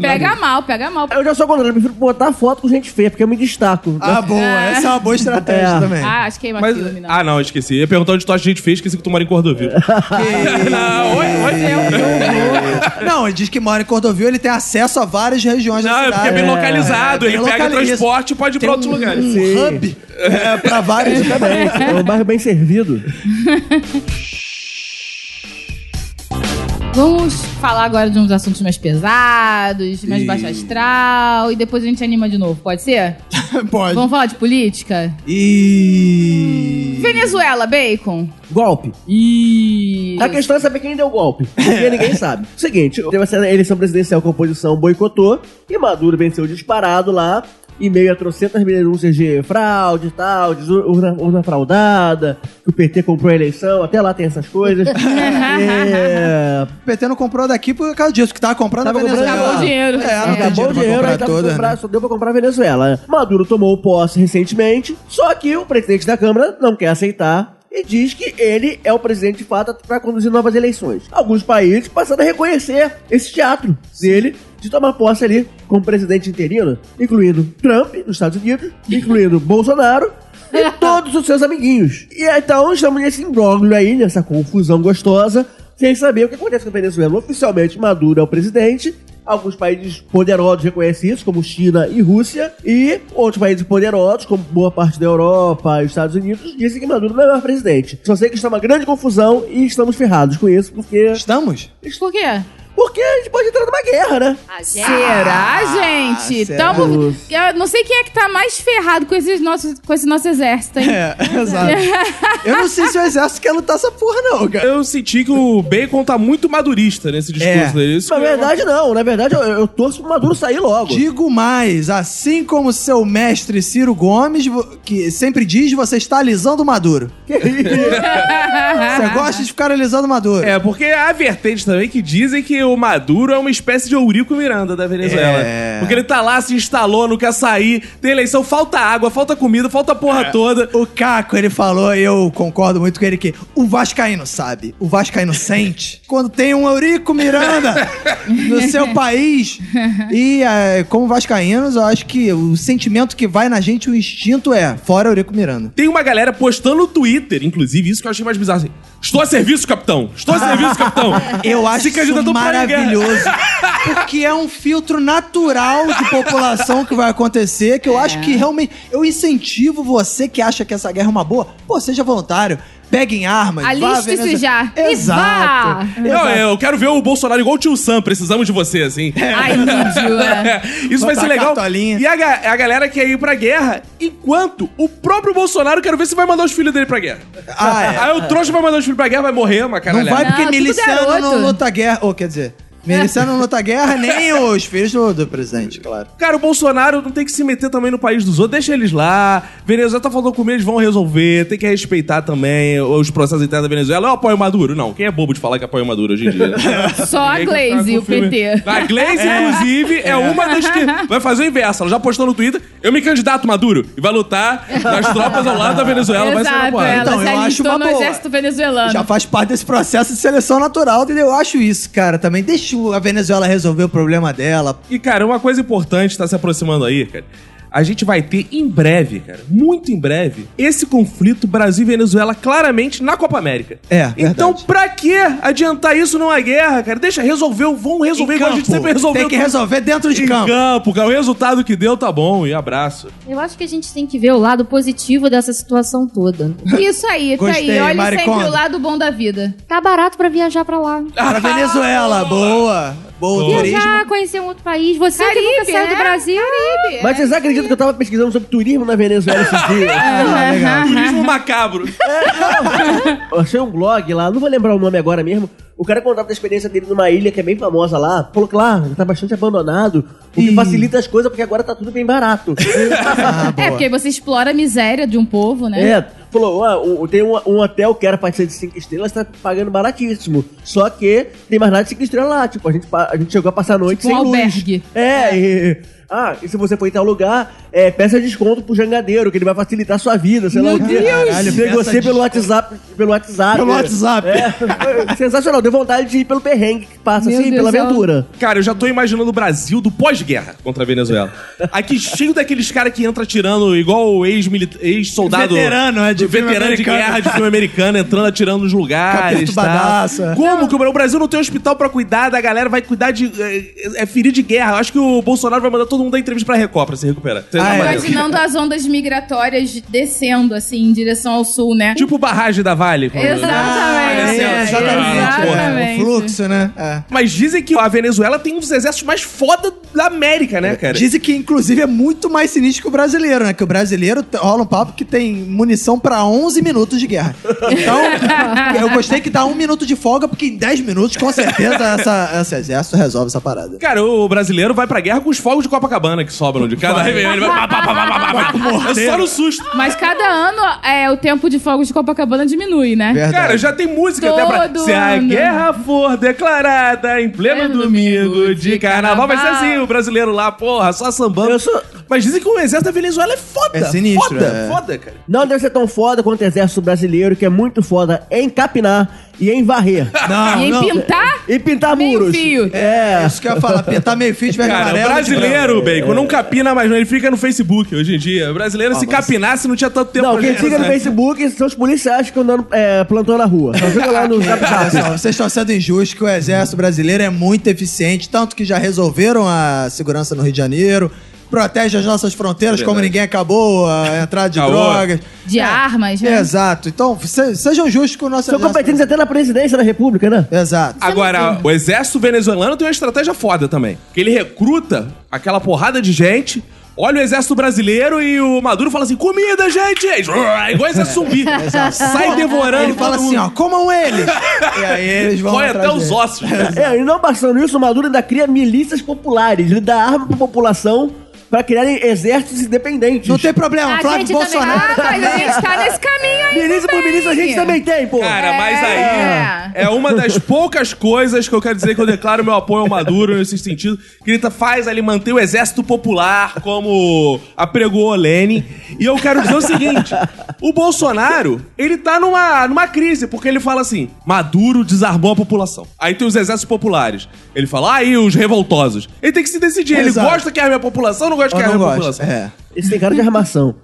B: Pega mal, pega mal.
E: Eu já sou contra, eu prefiro botar foto com gente feia, porque eu me destaco. né?
D: Ah, boa. Essa é uma boa estratégia
E: É.
D: também.
B: Ah, acho que é uma
C: Mas,
B: filme, não.
C: ah, não, esqueci. Ia perguntar onde tu acha que a gente fez, esqueci que tu mora em Cordovil. Ah, oi, oi.
D: Não, ele diz que mora em Cordovil, ele tem acesso a várias regiões
C: Não,
D: da
C: é
D: cidade.
C: porque é bem localizado.
D: É,
C: ele
D: bem
C: pega
D: localiza.
C: transporte e pode ir pra outros lugares.
D: Um hub é, pra vários.
E: Exatamente. É um bairro bem servido.
B: Vamos falar agora de uns assuntos mais pesados, mais baixo astral, e depois a gente anima de novo, pode ser?
D: Pode.
B: Vamos falar de política?
D: E.
B: Venezuela, bacon.
E: Golpe.
B: E.
E: A questão é saber quem deu o golpe. Porque ninguém sabe. Seguinte, teve essa eleição presidencial que a oposição boicotou e Maduro venceu disparado lá. E meio a trocentas mil denúncias de fraude e tal, de urna, urna fraudada, que o PT comprou a eleição, até lá tem essas coisas. é...
D: O PT não comprou daqui por causa disso, que tava comprando
E: Tava
D: a
E: comprando-
D: Venezuela.
B: Acabou o dinheiro.
D: É, não tem
E: Acabou
D: dinheiro pra
E: o dinheiro, aí
D: comprar
E: tá
D: toda,
E: comprar,
D: né?
E: só deu pra comprar a Venezuela. né? Maduro tomou posse recentemente, só que o presidente da Câmara não quer aceitar e diz que ele é o presidente de fato para conduzir novas eleições. Alguns países passaram a reconhecer esse teatro dele de tomar posse ali como presidente interino, incluindo Trump nos Estados Unidos, incluindo Bolsonaro e todos os seus amiguinhos. E então estamos nesse imbróglio aí, nessa confusão gostosa, sem saber o que acontece com a Venezuela. Oficialmente, Maduro é o presidente. Alguns países poderosos reconhecem isso, como China e Rússia. E outros países poderosos, como boa parte da Europa e Estados Unidos, dizem que Maduro não é mais presidente. Só sei que está uma grande confusão e estamos ferrados com isso, porque...
D: Estamos?
B: Mas Por quê?
E: Porque a gente pode entrar numa guerra, né?
B: Será, gente?
D: será?
B: Tamo... Eu não sei quem é que tá mais ferrado com, esses nossos, com esse nosso exército, hein?
D: É, exato. Eu não sei se o exército quer lutar essa porra, não, cara.
C: Eu senti que o Bacon tá muito madurista nesse discurso
D: É.
C: dele. Isso
E: Na
C: que eu-
E: verdade, não. Na verdade, eu, eu torço pro Maduro sair logo.
D: Digo mais, assim como seu mestre Ciro Gomes, vo- que sempre diz, você está alisando Maduro. Você gosta de ficar alisando Maduro.
C: É, porque há vertentes também que dizem que o Maduro é uma espécie de Eurico Miranda da Venezuela.
D: É.
C: Porque ele tá lá, se instalou, não quer sair, tem eleição, falta água, falta comida, falta a porra toda.
D: O Caco, ele falou, e eu concordo muito com ele, que o Vascaíno sabe, o Vascaíno sente quando tem um Eurico Miranda no seu país. E eh, como Vascaínos, eu acho que o sentimento que vai na gente, o instinto é fora Eurico Miranda.
C: Tem uma galera postando no Twitter, inclusive, isso que eu achei mais bizarro. Assim, Estou a serviço, capitão! Estou a serviço, capitão!
D: Eu acho
C: Se
D: isso
C: candidatou pra guerra.
D: maravilhoso. Porque é um filtro natural de população que vai acontecer, que eu acho que realmente. Eu incentivo você que acha que essa guerra é uma boa. Pô, seja voluntário, peguem armas. vá à
B: Aliste-se
D: Venezuela.
B: já. E
D: Exato.
B: vá.
C: Não, é, eu quero ver o Bolsonaro igual o tio Sam, precisamos de você, assim.
B: Ai, Nídio. é.
C: Isso vai
D: Botar
C: ser
D: a
C: legal.
D: cartolinha.
C: E a, ga- a galera quer ir pra guerra, enquanto o próprio Bolsonaro quero ver se vai mandar os filhos dele pra guerra.
D: Ah, é.
C: Aí o trouxa vai mandar os filhos pra guerra, vai morrer, uma
D: Não
C: caralhada.
D: vai
B: Não,
D: porque
B: tudo é
D: miliciano
B: garoto.
D: não luta guerra. Ou quer dizer, miliciano não luta guerra, nem os filhos do, do presidente, claro.
C: Cara, o Bolsonaro não tem que se meter também no país dos outros, deixa eles lá. Venezuela tá faltando comigo, eles vão resolver. Tem que respeitar também os processos internos da Venezuela. Eu apoio o Maduro. Não, quem é bobo de falar que apoia o Maduro hoje em dia?
B: Só a
C: tá
B: Glaze e o PT.
C: A Glaze, inclusive, é. uma das que vai fazer o inverso. Ela já postou no Twitter: eu me candidato Maduro e vai lutar nas tropas ao lado da Venezuela. vai ser na
B: Exato,
C: porrada.
B: ela
D: Então,
B: se
D: eu acho
B: alistou
D: uma
B: no
D: boa.
B: exército venezuelano.
D: Já faz parte desse processo de seleção natural, entendeu? Eu acho isso, cara, também. Deixa o- a Venezuela resolver o problema dela.
C: E, cara, uma coisa importante tá se aproximando aí, cara. A gente vai ter em breve, cara, muito em breve, esse conflito Brasil e Venezuela claramente na Copa América.
D: É,
C: Então,
D: verdade.
C: pra que adiantar isso numa guerra, cara? Deixa resolver, vão resolver
D: Em
C: igual a gente
D: campo.
C: sempre resolveu.
D: Tem que
C: tudo.
D: resolver dentro de
C: Em
D: campo.
C: campo, cara. O resultado que deu tá bom e abraço.
F: Eu acho que a gente tem que ver o lado positivo dessa situação toda.
B: Isso aí, tá aí.
D: Gostei,
B: Olha sempre
D: Maricondo.
B: o lado bom da vida.
F: Tá barato pra viajar pra lá.
D: Pra Venezuela, boa. Boa,
C: Boa.
D: turismo.
F: Viajar, conhecer um outro país. Você que nunca
B: Caribe,
F: saiu do
B: é?
F: Brasil.
E: Mas vocês acreditam que eu tava pesquisando sobre turismo na Venezuela esses dias?
D: Ah, legal.
C: Turismo macabro.
E: Eu achei um blog lá, não vou lembrar o nome agora mesmo. O cara contava da experiência dele numa ilha que é bem famosa lá. Falou que lá tá bastante abandonado, o que
D: Ih.
E: facilita as coisas porque agora tá tudo bem barato.
D: Ah, boa.
B: É, porque aí você explora a miséria de um povo, né?
E: É, falou, ó, o- tem um, um hotel que era pra ser de 5 estrelas, tá pagando baratíssimo. Só que tem mais nada de 5 estrelas lá. Tipo, a gente, pa- a gente chegou a passar a noite
B: Tipo um
E: sem luz.
B: albergue.
E: É, e... Ah, e se você for em tal lugar, é, peça desconto pro jangadeiro, que ele vai facilitar a sua vida, sei lá
B: Meu
E: o quê.
B: Deus!
D: Caralho, peça
E: Negociei pelo
D: desconto.
E: WhatsApp, pelo WhatsApp.
D: Pelo WhatsApp.
E: É, foi sensacional. Deu vontade de ir pelo perrengue que passa,
B: Meu
E: assim,
B: Deus, é um
E: pela aventura.
C: Cara, eu já tô imaginando o Brasil do pós-guerra contra a Venezuela. Aqui cheio daqueles caras que entra atirando, igual o ex-mili- ex-soldado.
D: Veterano, é, de filme
C: Veterano de
D: americano.
C: guerra de filme americano, entrando atirando nos lugares.
D: Capeta
C: tal.
D: badaça.
C: Como que o Bra- o Brasil não tem hospital pra cuidar, da galera vai cuidar de. É, é ferir de guerra. Eu acho que o Bolsonaro vai mandar todo mundo dar entrevista pra Record pra se recuperar. Tem
D: Ah,
C: uma
D: é.
C: maneira.
B: Imaginando as ondas migratórias descendo, assim, em direção ao sul, né?
C: Tipo barragem da Vale. quando-
B: Exatamente.
C: Ah,
D: É, exatamente.
C: Exatamente.
D: É, o fluxo, né? É.
C: Mas dizem que a Venezuela tem um dos exércitos mais foda da América, né,
D: É,
C: cara?
D: Dizem que, inclusive, é muito mais sinistro que o brasileiro, né? Que o brasileiro t- rola um papo que tem munição pra 11 minutos de guerra. Então, eu gostei que dá um minuto de folga, porque em 10 minutos, com certeza, essa, esse exército resolve essa parada.
C: Cara, o brasileiro vai pra guerra com os fogos de Copacabana que sobram de cada Réveillon. Ele vai pá, pá, pá, pá, pá, pá, pá. É só no susto.
B: Mas cada ano é, o tempo de fogos de Copacabana diminui, né?
D: Verdade.
C: Cara, já tem música até pra...
B: Todo
C: Se a
B: ano.
C: guerra for declarada em pleno
B: Pleno
C: domingo
B: domingo
C: de
B: de
C: carnaval, vai ser
B: carnaval.
C: assim, o brasileiro lá, porra, só sambando.
E: Eu sou-
C: Mas dizem que o exército da Venezuela é foda.
D: É sinistro,
C: Foda,
D: é.
C: foda, cara.
E: Não deve ser tão foda quanto o exército brasileiro, que é muito foda em capinar e em varrer.
D: Não,
B: e em
D: não. é,
B: pintar?
E: E pintar
B: Meio
E: muros.
B: fio.
E: É.
D: Isso que eu ia falar, pintar meio fio de vermelho
C: Cara,
D: amarelo.
C: o brasileiro,
D: tipo, é-
C: Bacon, não capina mais, não. Ele fica no Facebook hoje em dia. O brasileiro, se
D: Ah, mas-
C: capinasse, não tinha tanto tempo
E: Não,
C: pra
E: quem
C: gente,
E: fica no
C: né?
E: Facebook são os policiais que andam é, plantando na rua. Só fica lá no zap
D: Cara,
E: zap.
D: pessoal, vocês estão sendo injustos que o exército brasileiro é muito eficiente, tanto que já resolveram a segurança no Rio de Janeiro, protege as nossas fronteiras,
C: É
D: como ninguém acabou a entrada de
C: Caô.
D: drogas.
B: De armas, né?
D: Exato. Então, se- sejam justos com o nosso
E: São competentes até na presidência da república, né?
D: Exato.
C: Agora, o exército venezuelano tem uma estratégia foda também. Que ele recruta aquela porrada de gente, olha o exército brasileiro e o Maduro fala assim: comida, gente! Igual esse zumbi. Sai devorando.
D: Ele fala
C: todo
D: assim,
C: mundo.
D: ó, comam eles! E aí eles vão
C: Põe
D: atrás
C: até os
D: deles.
C: ossos.
E: É, e não passando isso, o Maduro ainda cria milícias populares. Ele dá arma pra população pra criarem exércitos independentes.
D: Não tem problema,
F: A
D: Flávio
F: gente também-
D: Bolsonaro.
B: Ah, mas a gente tá nesse caminho aí.
E: Milícia por milícia a gente também tem, pô.
C: Cara,
B: É.
C: mas aí é uma das poucas coisas que eu quero dizer que eu declaro meu apoio ao Maduro nesse sentido. Que ele tá- faz ali manter o exército popular como apregou o Lenin. E eu quero dizer o seguinte: o Bolsonaro, ele tá numa, numa crise, porque ele fala assim: Maduro desarmou a população. Aí tem os exércitos populares. Ele fala, aí os revoltosos. Ele tem que se decidir: ele
D: Exato.
C: gosta que arme a população ou não gosta
D: Eu
C: que arme
D: não
C: a
D: gosto.
C: população?
D: É.
E: Esse tem cara de armação.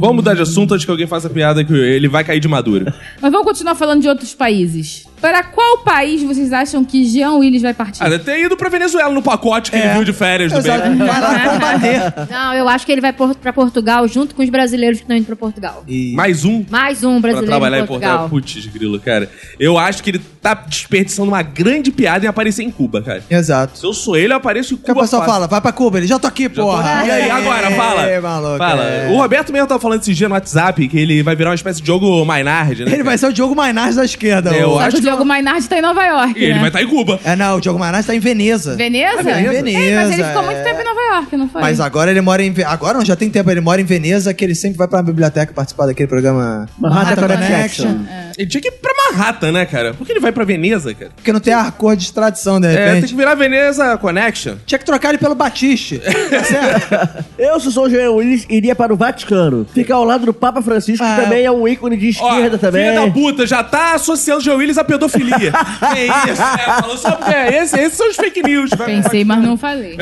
C: Vamos mudar de assunto antes que alguém faça piada que ele vai cair de Maduro.
B: Mas vamos continuar falando de outros países. Para qual país vocês acham que Jean Willis vai partir?
C: Ah, deve ter ido pra Venezuela no pacote que ele viu de férias do
D: É. Exato.
C: bem.
D: Vai lá combater.
F: Não, eu acho que ele vai por- pra Portugal junto com os brasileiros que estão indo pra Portugal.
D: E-
C: Mais um
F: Mais um
C: pra
F: brasileiro
C: trabalhar
F: em Portugal.
C: Putz, grilo, cara. Eu acho que ele tá desperdiçando uma grande piada em aparecer em Cuba, cara.
D: Exato.
C: Se eu sou ele, eu apareço em
D: O que a
C: Cuba.
D: pessoa
C: fácil.
D: fala? Vai pra Cuba, ele já tô aqui,
C: Já tô-
D: porra.
C: E aí, agora, fala.
D: É, maluco.
C: fala.
D: é.
C: O Roberto mesmo tava falando esse dia no WhatsApp que ele vai virar uma espécie de jogo Maynard, né?
D: Ele vai ser o Diogo Mainardi da esquerda.
C: Eu
D: o-
B: Só
C: acho
B: que o
C: que
B: Diogo Mainardi tá em Nova York,
C: E ele
B: né?
C: vai estar em Cuba.
D: É, não, o Diogo Mainardi tá em Veneza.
B: Veneza?
D: Tá
B: É,
D: em
B: mas ele
D: Veneza,
B: ficou muito
D: é.
B: tempo em Nova York, não foi?
D: Mas agora ele mora em... Ve- Agora não, já tem tempo. Ele mora em Veneza, que ele sempre vai pra biblioteca participar daquele programa...
E: Manhattan Connection.
B: É.
F: É.
C: Ele tinha que ir pra Manhattan, né, cara? Por que ele vai pra Veneza, cara?
D: Porque não tem a cor de tradição, de
C: É, tem
D: repente.
C: que É virar Veneza Connection.
D: Tinha que trocar ele pelo Batiste. Tá certo?
E: Eu, se sou o Jean Willis, iria para o Vaticano. Ficar ao lado do Papa Francisco,
D: Ah,
E: que também é um ícone de
C: Ó,
E: esquerda também.
C: Filha da puta, já tá associando o Jean Willis à pedofilia. que isso? É, falou só porque é, esse- esses são os fake news. Vai-
B: Pensei, mas não falei.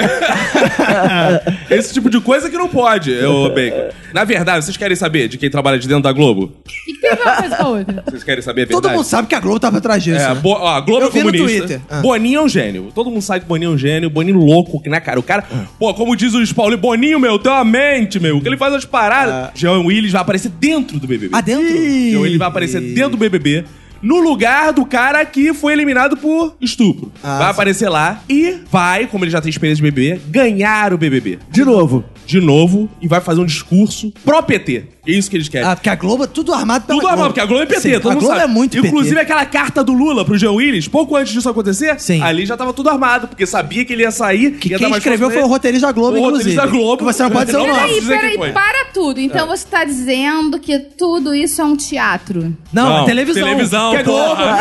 C: Esse tipo de coisa que não pode, ô Bacon. Na verdade, vocês querem saber de quem trabalha de dentro da Globo?
B: E que tem a ver uma coisa com a outra?
C: Vocês querem saber a verdade?
D: Todo mundo sabe que a Globo tava atrás disso.
C: É,
D: né?
C: bo ó, a Globo
D: Eu
C: é
D: vi no
C: comunista.
D: Twitter. Ah.
C: Boninho é um gênio. Todo mundo sabe que Boninho é um gênio. Boninho louco, que né, cara? O cara, pô, como diz o Paulo, Boninho, meu, tem uma mente, meu. Que ele faz as paradas. Jean Willis vai aparecer dentro do BBB.
D: Ah, dentro?
C: Então ele vai aparecer dentro do BBB. no lugar do cara que foi eliminado por estupro.
D: Ah,
C: vai
D: sim.
C: aparecer lá e vai, como ele já tem experiência de BBB, ganhar o BBB.
E: De novo.
C: De novo, e vai fazer um discurso pró-PT. É isso que eles querem.
D: Ah, porque a Globo é tudo armado pela
C: Tudo normal, porque a Globo é PT,
D: Sim,
C: todo
D: a
C: mundo
D: Globo
C: sabe.
D: é muito PT.
C: Inclusive aquela carta do Lula pro Jean Willis, pouco antes disso acontecer,
D: Sim.
C: ali já tava tudo armado, porque sabia que ele ia sair.
D: Que
C: ia dar
D: quem
C: mais
D: escreveu
C: força
D: foi o
C: pra ele.
D: roteirista da Globo,
C: O
D: inclusive.
C: roteirista da Globo.
D: Que você não pode ser o
C: Não,
D: nome.
C: posso
B: Peraí,
C: dizer
B: peraí,
C: que foi. É.
B: para tudo. Então você tá dizendo que tudo isso é um teatro.
D: Não, é televisão.
C: Televisão,
D: Que é Globo.
C: porra,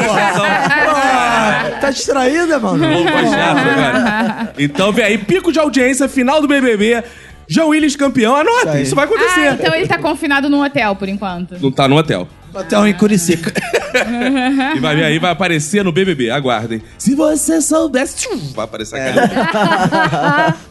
D: Ah, tá distraída, mano?
C: Globo é teatro, cara. Então vem aí, pico de audiência, final do BBB, Jean Willis campeão. Anota,
D: Isso
C: isso,
D: aí.
C: vai acontecer.
B: Ah, então ele tá confinado num hotel por enquanto.
C: Não tá no hotel.
D: Até um em Curicica.
C: E vai vir aí, vai aparecer no BBB, aguardem. Se você soubesse, tchum, vai aparecer a cara.
D: É.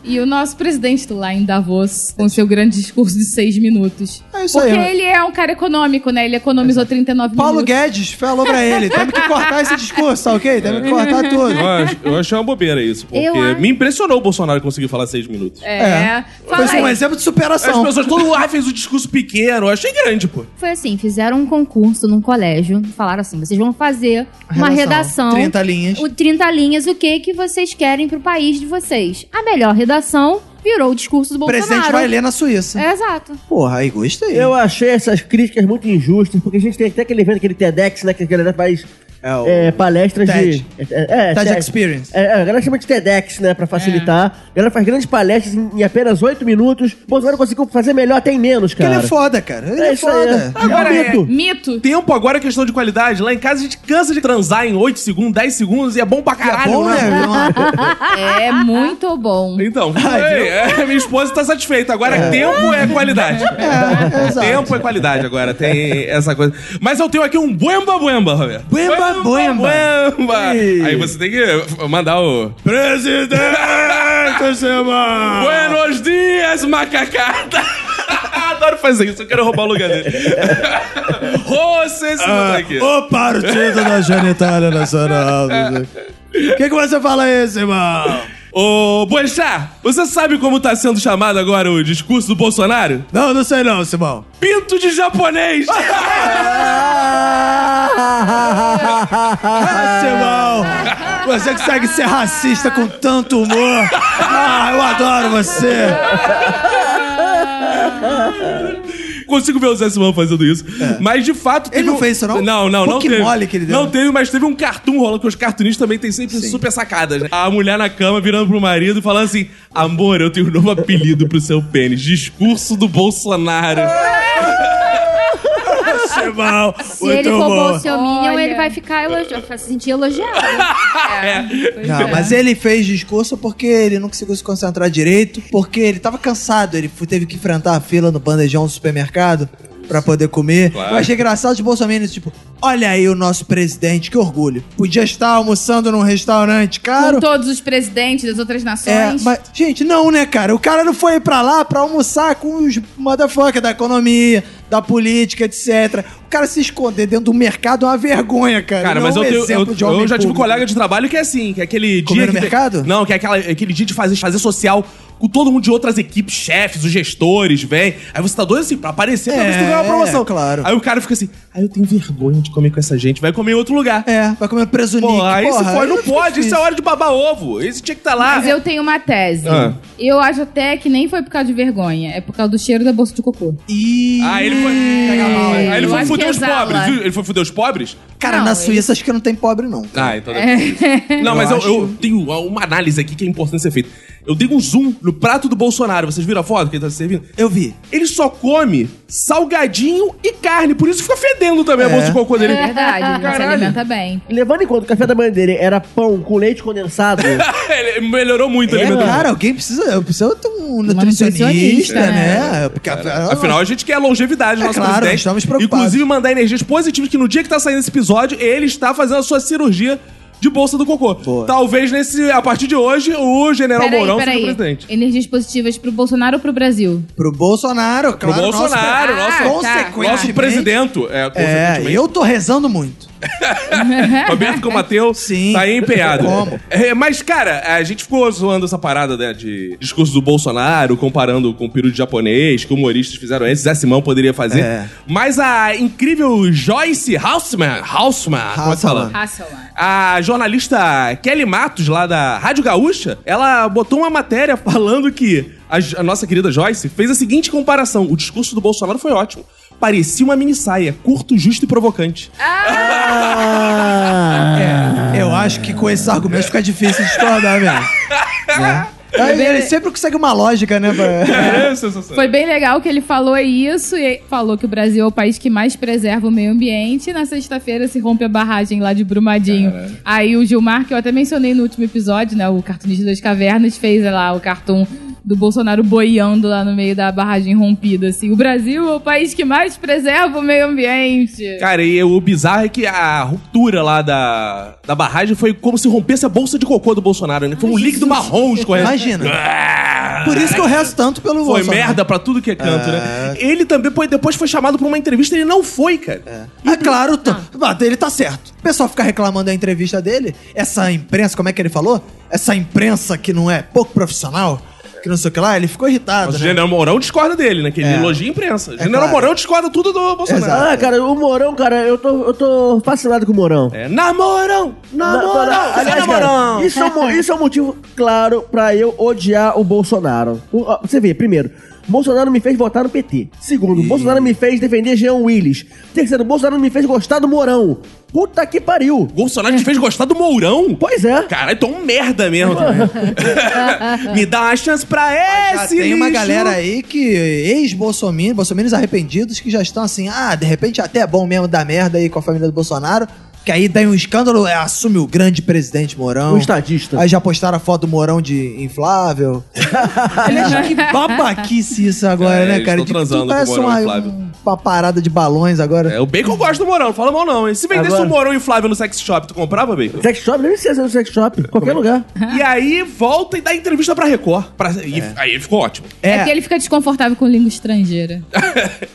B: E o nosso presidente lá em Davos, com seu grande discurso de seis minutos.
D: É isso
B: Porque
D: aí, né?
B: ele é um cara econômico, né? Ele economizou 39
D: Paulo
B: minutos.
D: Guedes falou pra ele: temos que cortar esse discurso, tá ok? Temos que cortar tudo.
C: Eu acho- Eu achei uma bobeira isso, porque
F: Eu acho-
C: me impressionou o Bolsonaro conseguir falar seis minutos.
B: É. Fala
D: Foi um
B: aí.
D: exemplo de
C: As
D: superação.
C: pessoas, todo mundo "Ah, fez um discurso pequeno, eu achei grande, pô.
F: Foi assim, fizeram um concurso num colégio, falaram assim, vocês vão fazer uma redação,
D: 30 linhas.
F: o 30 linhas, o que que vocês querem pro país de vocês. A melhor redação virou o discurso do
D: O
F: Bolsonaro.
D: presidente vai ler na Suíça.
F: É, exato.
D: Porra, aí gostei.
E: Eu achei essas críticas muito injustas, porque a gente tem até aquele evento, aquele TEDx, né? Que a galera faz
D: É, o-
E: é, palestras
D: TED.
E: de. É, é,
D: TED
E: TED.
D: Experience. É.
E: É, é, a galera chama de TEDx, né? Pra facilitar. A galera faz grandes palestras em, em apenas oito minutos. O Bolsonaro conseguiu fazer melhor até em menos,
D: Porque
E: cara.
D: ele é foda, cara. Ele
E: É
D: é,
E: isso aí.
D: foda.
E: É um
C: Agora é-
E: mito.
B: Mito.
C: Tempo agora é questão de qualidade. Lá em casa a gente cansa de transar em 8 segundos, 10 segundos e é bom pra
D: É
C: caralho,
D: bom, né?
C: né?
B: É muito bom.
C: Então, ei, é, minha esposa tá satisfeita. Agora tempo é qualidade.
D: É, exato.
C: Tempo é qualidade agora, tem essa coisa. Mas eu tenho aqui um buemba buemba, Roberto.
D: Buemba, buemba.
C: buemba.
D: Ih.
C: Aí você tem que mandar o... Presidente, semana! Buenos dias, macacada! Adoro fazer isso, eu quero roubar o lugar dele. Você se ah, aqui.
D: O partido da genitália nacional. O que, que você fala esse, irmão?
C: Ô, Boechat, você sabe como tá sendo chamado agora o discurso do Bolsonaro?
D: Não, não sei não, Simão.
C: Pinto de japonês!
D: Ah, Simão! Você consegue ser racista com tanto humor! Ah, eu adoro você!
C: Consigo ver o Zé Simão fazendo isso. Mas, de fato... teve
D: É. não
C: um-
D: fez isso, não?
C: Não, não,
D: Pô,
C: não
D: que
C: teve.
D: mole que ele deu.
C: Não teve, mas teve um cartoon rolando, que os cartunistas também têm sempre super sacadas. né? A mulher na cama virando pro marido e falando assim, amor, eu tenho um novo apelido pro seu pênis, discurso do Bolsonaro.
D: Simão!
F: Se ele for bolsominion,
B: Olha.
F: ele vai ficar elogi... vai se sentir elogiado.
B: É.
D: Não, mas ele fez discurso porque ele não conseguiu se concentrar direito, porque ele tava cansado, ele fu- teve que enfrentar a fila no bandejão do supermercado pra poder comer. Eu achei engraçado de Bolsonaro, tipo, olha aí o nosso presidente, que orgulho. Podia estar almoçando num restaurante caro.
B: Com todos os presidentes das outras nações.
D: É, mas, gente, não, né, cara? O cara não foi pra lá pra almoçar com os motherfucker da economia, da política, etc. O cara se esconder dentro do mercado é uma vergonha, cara.
C: Cara,
D: Não
C: mas
D: é um
C: eu, tenho-
D: exemplo
C: eu-
D: de
C: eu
D: homem
C: já tive
D: público.
C: colega de trabalho que é assim, que é aquele
D: Comer
C: dia.
D: no
C: que tem-
D: mercado?
C: não, que é aquela- aquele dia de fazer, fazer social com todo mundo de outras equipes, chefes, os gestores, vem. Aí você tá doido assim pra aparecer pra
D: É,
C: ver se tu ganha uma promoção.
D: claro.
C: Aí o cara fica assim, ah, eu tenho vergonha de comer com essa gente, vai comer em outro lugar.
D: É, vai comer preso
C: Pô,
D: Nick,
C: aí se
D: porra,
C: for,
D: aí
C: não
D: fica
C: pode, isso
D: difícil.
C: é hora de babar ovo. Esse tinha que tá lá.
B: Mas eu tenho uma tese.
C: Ah.
B: Eu acho até que nem foi por causa de vergonha. É por causa do cheiro da bolsa de cocô.
D: Ih,
C: Ah, ele foi. Aí ele
B: Eu
C: foi
B: acho
C: fuder
B: que é
C: os
B: exala.
C: pobres, viu? Ele foi fuder os pobres?
D: Cara,
B: Não,
D: na
B: ele-
D: Suíça acho que não tem pobre, não.
C: Ah, então deve ser isso. Não,
D: É. Eu
C: mas eu,
D: acho-
C: eu tenho uma análise aqui que é importante ser feita. Eu dei um zoom no prato do Bolsonaro. Vocês viram a foto que ele tá servindo?
D: Eu vi.
C: ele só come salgadinho e carne. Por isso fica fedendo também
D: É.
C: a bolsa de cocô dele.
B: É verdade, ele não se
C: Caralho.
B: alimenta bem.
E: Levando em conta que o café da manhã dele era pão com leite condensado.
C: ele melhorou muito a
D: É,
C: alimentação.
D: cara, alguém precisa. Eu preciso ter um nutricionista,
B: nutricionista,
D: né?
B: né?
D: Porque,
C: Afinal, a gente quer longevidade do
D: É
C: nosso
D: claro,
C: presidente.
D: estamos preocupados.
C: Inclusive, mandar energias positivas, que no dia que tá saindo esse episódio, ele está fazendo a sua cirurgia de bolsa do cocô.
D: Boa.
C: Talvez, nesse, a partir de hoje, o general Mourão seja o presidente.
B: Energias positivas pro Bolsonaro ou pro Brasil?
D: pro Bolsonaro, claro.
C: Bolsonaro,
D: nosso,
B: nosso- Ah, tá.
D: consequentemente.
C: Nosso presidente, é,
D: É,
C: consequentemente.
D: eu tô rezando muito.
C: Roberto Comateu
D: Sim.
C: tá aí empenhado.
D: Como?
C: É, mas, cara, a gente ficou zoando essa parada né, de discurso do Bolsonaro, comparando com o peru de japonês, que humoristas fizeram esse, Zé Simão poderia fazer.
D: É.
C: Mas a incrível Joyce Houseman, Houseman, como é que fala?
D: Houseman.
B: Hasselman.
C: A jornalista Kelly Matos, lá da Rádio Gaúcha, ela botou uma matéria falando que a, Jo- a nossa querida Joyce fez a seguinte comparação: o discurso do Bolsonaro foi ótimo. Parecia uma mini saia, curto, justo e provocante. Ah.
D: É, Eu acho que com esses argumentos fica difícil discordar mesmo. Né? Aí ele sempre consegue uma lógica, né? pra-
C: É, sensação.
B: Foi bem legal que ele falou isso e falou que o Brasil é o país que mais preserva o meio ambiente. E na sexta-feira se rompe a barragem lá de Brumadinho. Aí o Gilmar, que eu até mencionei no último episódio, né? O cartunista das cavernas fez é lá o cartoon do Bolsonaro boiando lá no meio da barragem rompida, assim. O Brasil é o país que mais preserva o meio ambiente.
C: Cara, e o bizarro é que a ruptura lá da, da barragem foi como se rompesse a bolsa de cocô do Bolsonaro, né? Foi um líquido marrom escorrendo.
D: Imagina.
C: Ah!
D: Por isso que eu resto tanto pelo
C: Foi
D: Bolsonaro.
C: merda pra tudo que é canto, né? Ele também foi- depois foi chamado pra uma entrevista e ele não foi, cara.
D: Ah, claro, tá. Ah, ele tá certo. O pessoal fica reclamando da entrevista dele. Essa imprensa, como é que ele falou? Essa imprensa que não é pouco profissional, que não sei o que lá, ele ficou irritado.
C: Mas o
D: né?
C: General Mourão discorda dele, né? Que ele
D: É.
C: elogia a imprensa. O General
D: claro.
C: Mourão discorda tudo do Bolsonaro.
D: Exato.
E: Ah, cara, o Mourão, cara, eu tô, eu tô fascinado com o Mourão.
C: É, namorão!
E: Na- na-
C: Namorão!
E: na- aliás, cara,
C: namorão!
E: isso, é um, mo- isso é um motivo claro pra eu odiar o Bolsonaro. O- ó, você vê, primeiro, Bolsonaro me fez votar no PT. Segundo, Bolsonaro me fez defender Jean Willis. Terceiro, Bolsonaro me fez gostar do Mourão. Puta que pariu.
C: O Bolsonaro te fez gostar do Mourão?
E: Pois é.
C: Caralho, tô um merda mesmo. Me dá uma chance pra esse
D: Já Ah, tem uma
C: lixo.
D: galera aí que, ex-bolsominions, bolsominions arrependidos, que já estão assim, ah, de repente até é bom mesmo dar merda aí com a família do Bolsonaro, que aí dá um escândalo, é, assume o grande presidente Mourão.
E: O estadista.
D: Aí já postaram a foto do Mourão de inflável. Aliás, que babaquice isso agora,
C: É,
D: né,
C: eles
D: cara?
C: tão transando com o
D: parece
C: Mourão
D: uma,
C: inflável.
D: uma parada de balões agora.
C: É, o Bacon gosta do Mourão, não fala mal não. hein? Se vendesse
E: Agora-
C: o Mourão e o Flávio no sex shop, tu comprava, Bacon?
E: Sex shop, nem precisa ser no sex shop.
C: é?
E: Qualquer lugar.
C: E aí volta e dá entrevista pra Record. Pra- e- Aí ele ficou ótimo.
D: É,
B: É que ele fica desconfortável com língua estrangeira.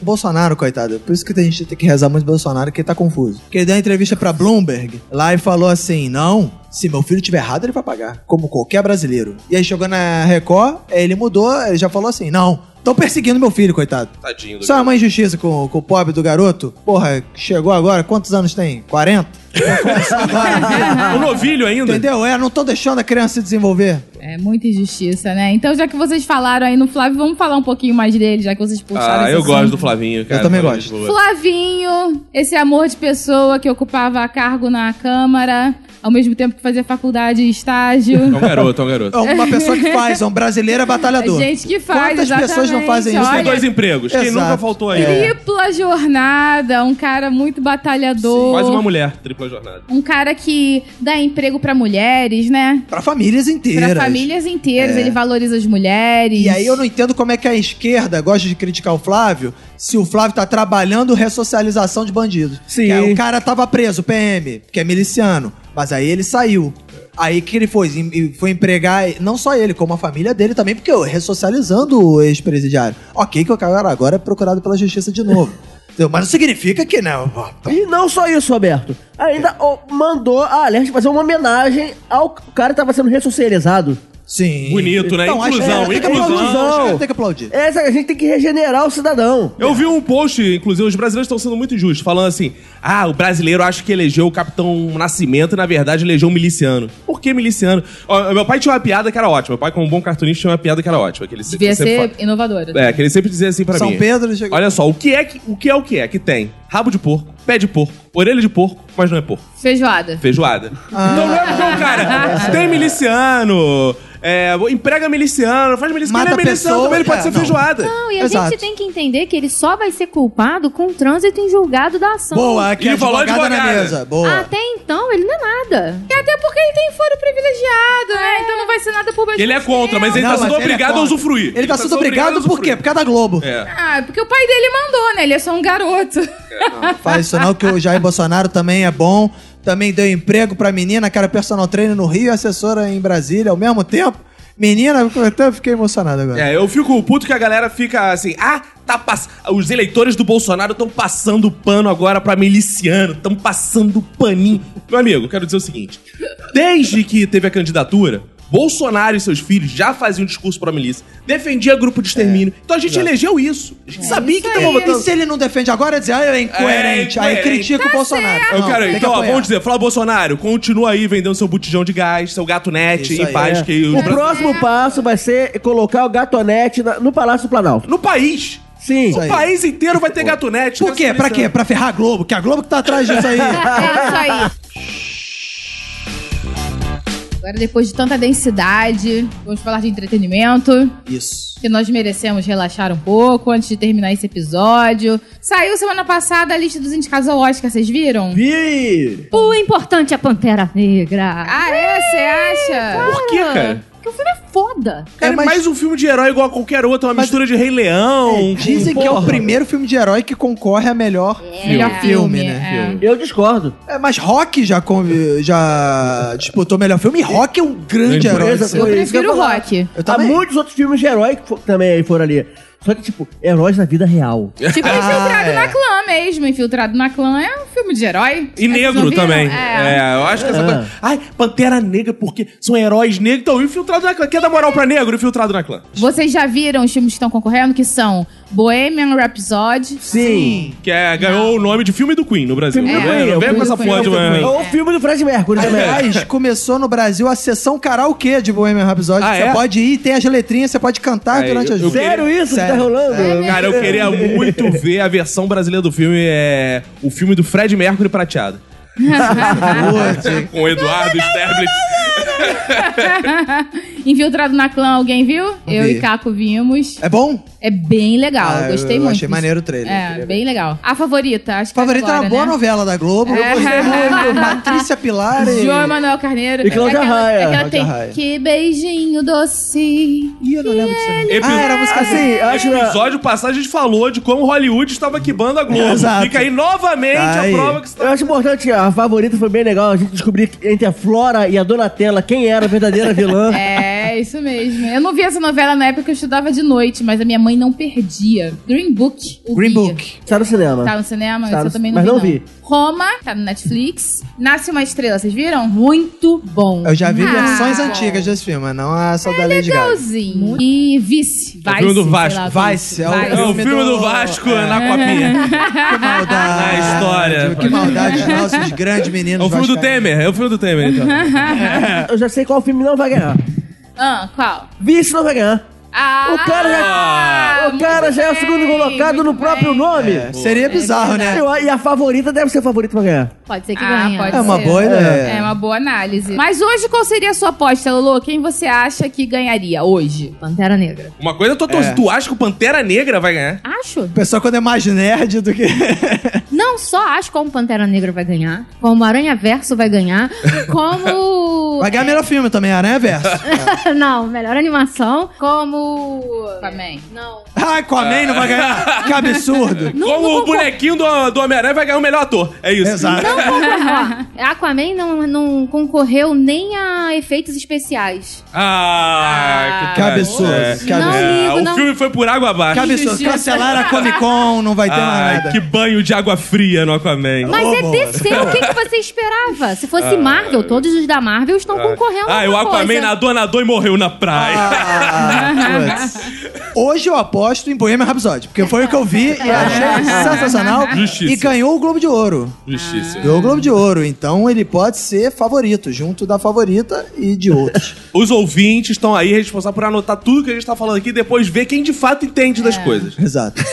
D: Bolsonaro, coitado. Por isso que a gente tem que rezar muito pro Bolsonaro, que ele tá confuso. Porque ele deu uma entrevista pra Bloomberg lá e falou assim: não, se meu filho tiver errado, ele vai pagar. Como qualquer brasileiro. E aí chegou na Record, ele mudou, ele já falou assim: não, estão perseguindo meu filho, coitado.
C: Tadinho do
D: Isso é uma injustiça com, com o pobre do garoto. Porra, chegou agora, quantos anos tem? 40? Vai começar agora.
C: Ah, o novilho ainda.
D: Entendeu? É, não tô deixando a criança se desenvolver.
B: É muita injustiça, né? Então, já que vocês falaram aí no Flávio, vamos falar um pouquinho mais dele, já que vocês
D: Um
B: puxaram
C: Ah,
B: esse
C: eu
B: assunto.
C: gosto do Flavinho, cara.
D: assim. também
C: Flavinho
D: gosto.
C: de boa.
B: Flavinho, esse amor de pessoa que ocupava cargo na Câmara, ao mesmo tempo que fazia faculdade e
C: É um
B: estágio.
C: garoto, é um garoto.
D: É uma pessoa que faz, é um brasileiro
B: A
D: batalhador.
B: É gente que faz,
D: Quantas
B: exatamente.
D: pessoas não fazem isso?
C: Tem
B: Olha,
C: dois empregos. Quem
D: Exato. é.
C: nunca faltou aí?
B: tripla jornada, um cara muito batalhador.
C: Quase uma mulher, tripla jornada.
B: Um cara que dá emprego pra mulheres, né?
D: Pra famílias inteiras.
B: Pra famílias inteiras, ele valoriza as mulheres.
D: É. E aí eu não entendo como é que a esquerda gosta de criticar o Flávio se o Flávio tá trabalhando ressocialização de bandidos.
E: Sim.
D: Que é, o cara tava preso, PM, que é miliciano. Mas aí ele saiu. Aí que ele foi? Em- e Foi empregar, não só ele, como a família dele também, porque eu ressocializando o ex-presidiário. Ok, que o cara agora é procurado pela justiça de novo. Entendeu? Mas não significa que né? não.
E: E não só isso, Roberto. Ainda ó, mandou a Alerte fazer uma homenagem ao cara que tava sendo ressocializado.
D: Sim.
C: Bonito, né?
D: Então, a
C: Inclusão,
D: esquerda tem que aplaudir,
E: inclusão.
D: a esquerda Tem que aplaudir.
E: Essa, a gente tem que regenerar o cidadão.
C: Eu vi um post, inclusive, os brasileiros estão sendo muito injustos, falando assim: ah, o brasileiro acha que elegeu o Capitão Nascimento e, na verdade, elegeu um miliciano. Por que miliciano? Ó, meu pai tinha uma piada que era ótima. Meu pai, como um bom cartunista, tinha uma piada que era ótima. Que ele se-
B: Devia
C: sempre
B: ser
C: fa-
B: inovadora.
C: É, que ele sempre dizia assim pra
D: São
C: mim.
D: Pedro chegou.
C: Olha só, o que, é que, o que é o que é que tem? Rabo de porco, pé de porco, orelha de porco, mas não é porco.
B: Feijoada.
C: Feijoada.
D: Ah.
C: Então não é porque o cara tem miliciano, é, emprega miliciano, faz miliciano,
D: Mata
C: ele é miliciano
D: pessoa,
C: também, ele pode
D: é,
C: ser
D: não.
C: feijoada.
F: Não, e a
D: Exato.
F: gente tem que entender que ele só vai ser culpado com o trânsito em julgado da ação.
D: Boa, aqui
C: E
D: a
C: falou Ah,
D: advogada na
C: advogada.
D: mesa. Boa.
F: Até então, ele não é nada. É.
B: E até porque ele tem foro privilegiado, né? Então não vai ser nada por baixo
C: Ele é
B: do
C: contra, mas
B: céu.
C: ele
D: Não,
C: tá sendo
D: mas ele é
C: obrigado a
D: contra.
C: usufruir.
D: Ele tá sendo obrigado por quê? Por causa da Globo.
C: É.
B: Ah, porque o pai dele mandou, né? Ele é só um garoto.
D: Faz isso não, que o Jair Bolsonaro também é bom. Também deu emprego pra menina, que era personal trainer no Rio e assessora em Brasília ao mesmo tempo. Menina, eu até fiquei emocionado agora.
C: É, eu fico puto que a galera fica assim, ah, tá pass... os eleitores do Bolsonaro estão passando pano agora pra miliciano, estão passando paninho. Meu amigo, eu quero dizer o seguinte, desde que teve a candidatura, Bolsonaro e seus filhos já faziam discurso pra milícia, defendia grupo de extermínio,
D: É.
C: então a gente elegeu isso, a gente sabia que
B: isso
C: tava
B: aí.
C: votando.
D: E se ele não defende agora, é dizer, ah, ele é incoerente.
C: É,
D: aí
C: incoerente.
D: critica o Bolsonaro.
C: Eu
D: Não,
C: quero,
D: tem que
C: então, ó,
D: apoiar.
C: vamos dizer, Flávio Bolsonaro, continua aí vendendo seu botijão de gás, seu gato net,
D: Isso
C: em
D: aí,
C: paz,
D: é.
C: que o
E: O
C: Brasil-
E: próximo passo vai ser colocar o gatonete na- no Palácio do Planalto.
C: No país,
E: Sim.
D: Isso
C: o
D: aí.
C: país inteiro vai ter gato é net.
D: Por quê? Pra quê? Pra ferrar a Globo, que a Globo que tá atrás disso aí.
B: É isso aí. Agora, depois de tanta densidade, vamos falar de entretenimento,
D: Isso.
B: que nós merecemos relaxar um pouco antes de terminar esse episódio. Saiu semana passada a lista dos indicados ao Oscar, vocês viram?
E: Vi!
F: O importante é a Pantera Negra.
B: Ah, é? Você acha?
C: Por quê,
E: Ah.
C: cara?
F: Porque o filme é foda.
D: É,
C: Cara, é
D: mas-
C: mais um filme de herói igual a qualquer outro, é uma mistura de Rei Leão.
D: Dizem
C: com-
D: que é o
C: porra.
D: primeiro filme de herói que concorre a É. melhor
B: Melhor
D: filme,
B: filme,
D: né?
B: é.
E: Eu discordo.
D: É, mas Rock já, conv- já disputou melhor filme e Rock é um grande
C: Grande
D: herói.
E: coisa,
D: assim.
B: Eu
E: Foi isso que eu
B: prefiro o
E: falava.
B: rock. Tipo,
D: Eu
E: Há
D: também.
E: muitos outros filmes de herói que fo- também aí foram ali. Só que, tipo, heróis na vida real.
B: Tipo,
D: Ah,
B: Infiltrado
D: é.
B: na Clã mesmo. Infiltrado na Clã é um filme de herói.
C: E
B: Vocês
C: negro
B: não viram?
C: também.
B: É.
C: É. eu acho que
D: Ah.
C: essa
E: É.
C: coisa. Ai, Pantera Negra, porque são heróis negros. Então, infiltrado na clã. Quer dar moral pra negro? Infiltrado na clã.
B: Vocês já viram os filmes que estão concorrendo, que são Bohemian Rhapsody.
E: Sim.
C: Que é, ganhou o nome de filme do Queen no Brasil.
E: Filme do
C: Não
E: Queen,
C: vem-
E: é,
C: não vem
E: filme
C: com
E: do
C: essa
E: Queen,
C: porra de.
E: é o filme do
C: uma- É.
E: Ou o filme do Fred Mercury também.
D: Aliás, começou no Brasil a sessão karaokê de Bohemian Rhapsody.
C: Ah,
D: você
C: é?
D: pode ir, tem as letrinhas, você pode cantar
C: Aí,
D: durante
C: eu-
D: as
C: eu queria-
E: Sério isso que
D: Sério.
E: tá rolando?
C: Cara, eu queria muito ver a versão brasileira do filme. É o filme do Fred Mercury prateado. com o Eduardo Sterblit.
B: Infiltrado na Clã, alguém viu? Eu
D: vi.
B: e Caco vimos.
D: É bom?
B: É bem legal,
D: Ah, eu-
B: gostei
D: eu
B: muito.
D: achei maneiro o trailer, eu
B: É,
D: queria
B: bem legal. A favorita, acho que
D: Favorita
B: é
D: é uma
B: agora,
D: boa
B: né?
D: novela da Globo.
B: É.
D: Eu gostei muito. Patrícia Pilar e...
B: João Emanuel Carneiro.
E: E Cláudia
B: É aquela-
E: Raia.
B: é Aquela
D: Cláudia
B: tem
D: Raia.
B: que beijinho doce.
D: Ih, eu não lembro disso. não.
C: Epi-
D: Ah, era a música assim.
E: Assim, É, acho
C: No
E: que.
C: um episódio passado a gente falou de como Hollywood estava quibando a Globo.
D: Exato.
C: Fica aí novamente
D: Aí.
C: a prova que você tá...
E: Eu acho importante, a favorita foi bem legal, a gente descobriu que entre a Flora e a Donatella quem era a verdadeira vilã.
B: É, isso mesmo. Eu não vi essa novela na época que eu estudava de noite, mas a minha mãe não perdia. Green Book. o
D: Green
B: guia.
D: Book.
E: Está no cinema.
B: Tá no cinema?
E: Tá
B: Esse
E: no-
B: eu também não
E: mas
B: vi,
E: não vi.
B: Roma, tá no Netflix. Nasce uma estrela, vocês viram? Muito bom.
D: Eu já vi
B: Ah,
D: versões
B: bom. É né?
D: antigas desse filme, mas não essa da Lady Gaga.
B: Legalzinho. E Vice. Vice.
C: Tá o filme do
B: sei
C: Vasco.
B: lá,
D: Vice, é o-
C: É o filme do Vasco
D: É.
C: na copinha.
D: Que maldade.
C: Na história.
D: Que maldade. Nossos grandes
C: É
D: meninos.
C: o filme do
D: vascaínos.
C: Temer. É o filme do Temer, então.
E: Eu já sei qual filme não vai ganhar.
B: Ah, qual?
E: Vice não vai ganhar.
B: Ah,
E: O cara já, o
B: muito
E: cara já é o
B: bem,
E: segundo colocado no
B: muito
E: próprio
B: bem.
E: nome.
D: É, seria bizarro,
B: É,
D: né?
E: Eu- E a favorita deve ser a favorita pra ganhar.
F: Pode ser que
B: Ah,
F: ganhe.
B: pode
D: É uma
B: ser.
D: boa
B: É.
D: ideia.
B: uma boa análise. Mas hoje, qual seria a sua aposta, Lolo? Quem você acha que ganharia hoje?
F: Pantera Negra.
C: Uma coisa, eu tô
D: É.
C: torcendo. Tu acha que o Pantera Negra vai ganhar?
F: Acho.
D: O pessoal quando é mais nerd do que...
F: Não só acho como Pantera Negra vai ganhar, como Aranha Verso vai ganhar, como.
D: Vai ganhar melhor filme também, Aranha Verso.
F: Não, melhor animação, como.
B: Aquaman.
F: Não.
D: Ah, com a Man não vai ganhar. Que absurdo.
C: Como o bonequinho do, do Homem-Aranha vai ganhar o melhor ator. É isso.
D: Exato.
F: Não concorreu. Ó, Aquaman não, não concorreu nem a efeitos especiais.
C: Ah,
D: Que absurdo.
C: É.
D: Que
F: Não
D: absurdo.
C: É,
F: ligo,
C: o
F: não.
C: filme foi por água abaixo.
D: Que absurdo.
B: Injustiça.
D: Cancelaram a Comic Con, não vai ter mais
C: Ai,
D: nada.
C: que banho de água fria no Aquaman.
F: Mas é
D: Como?
F: DC, o que, que você esperava? Se fosse
D: Ah.
F: Marvel, todos os da Marvel estão concorrendo.
C: Ah,
F: a
C: o
F: alguma
C: Aquaman
F: coisa.
C: nadou, nadou e morreu na praia.
D: Ah, putz. Hoje eu aposto em Bohemian Rhapsody, porque foi o que eu vi e achei sensacional.
C: É. Justiça.
D: E ganhou o Globo de Ouro.
C: Justiça.
D: Ganhou o Globo de Ouro, então ele pode ser favorito, junto da favorita e de outros.
C: Os ouvintes estão aí responsáveis por anotar tudo que a gente tá falando aqui e depois ver quem de fato entende
B: É.
C: das coisas.
D: Exato.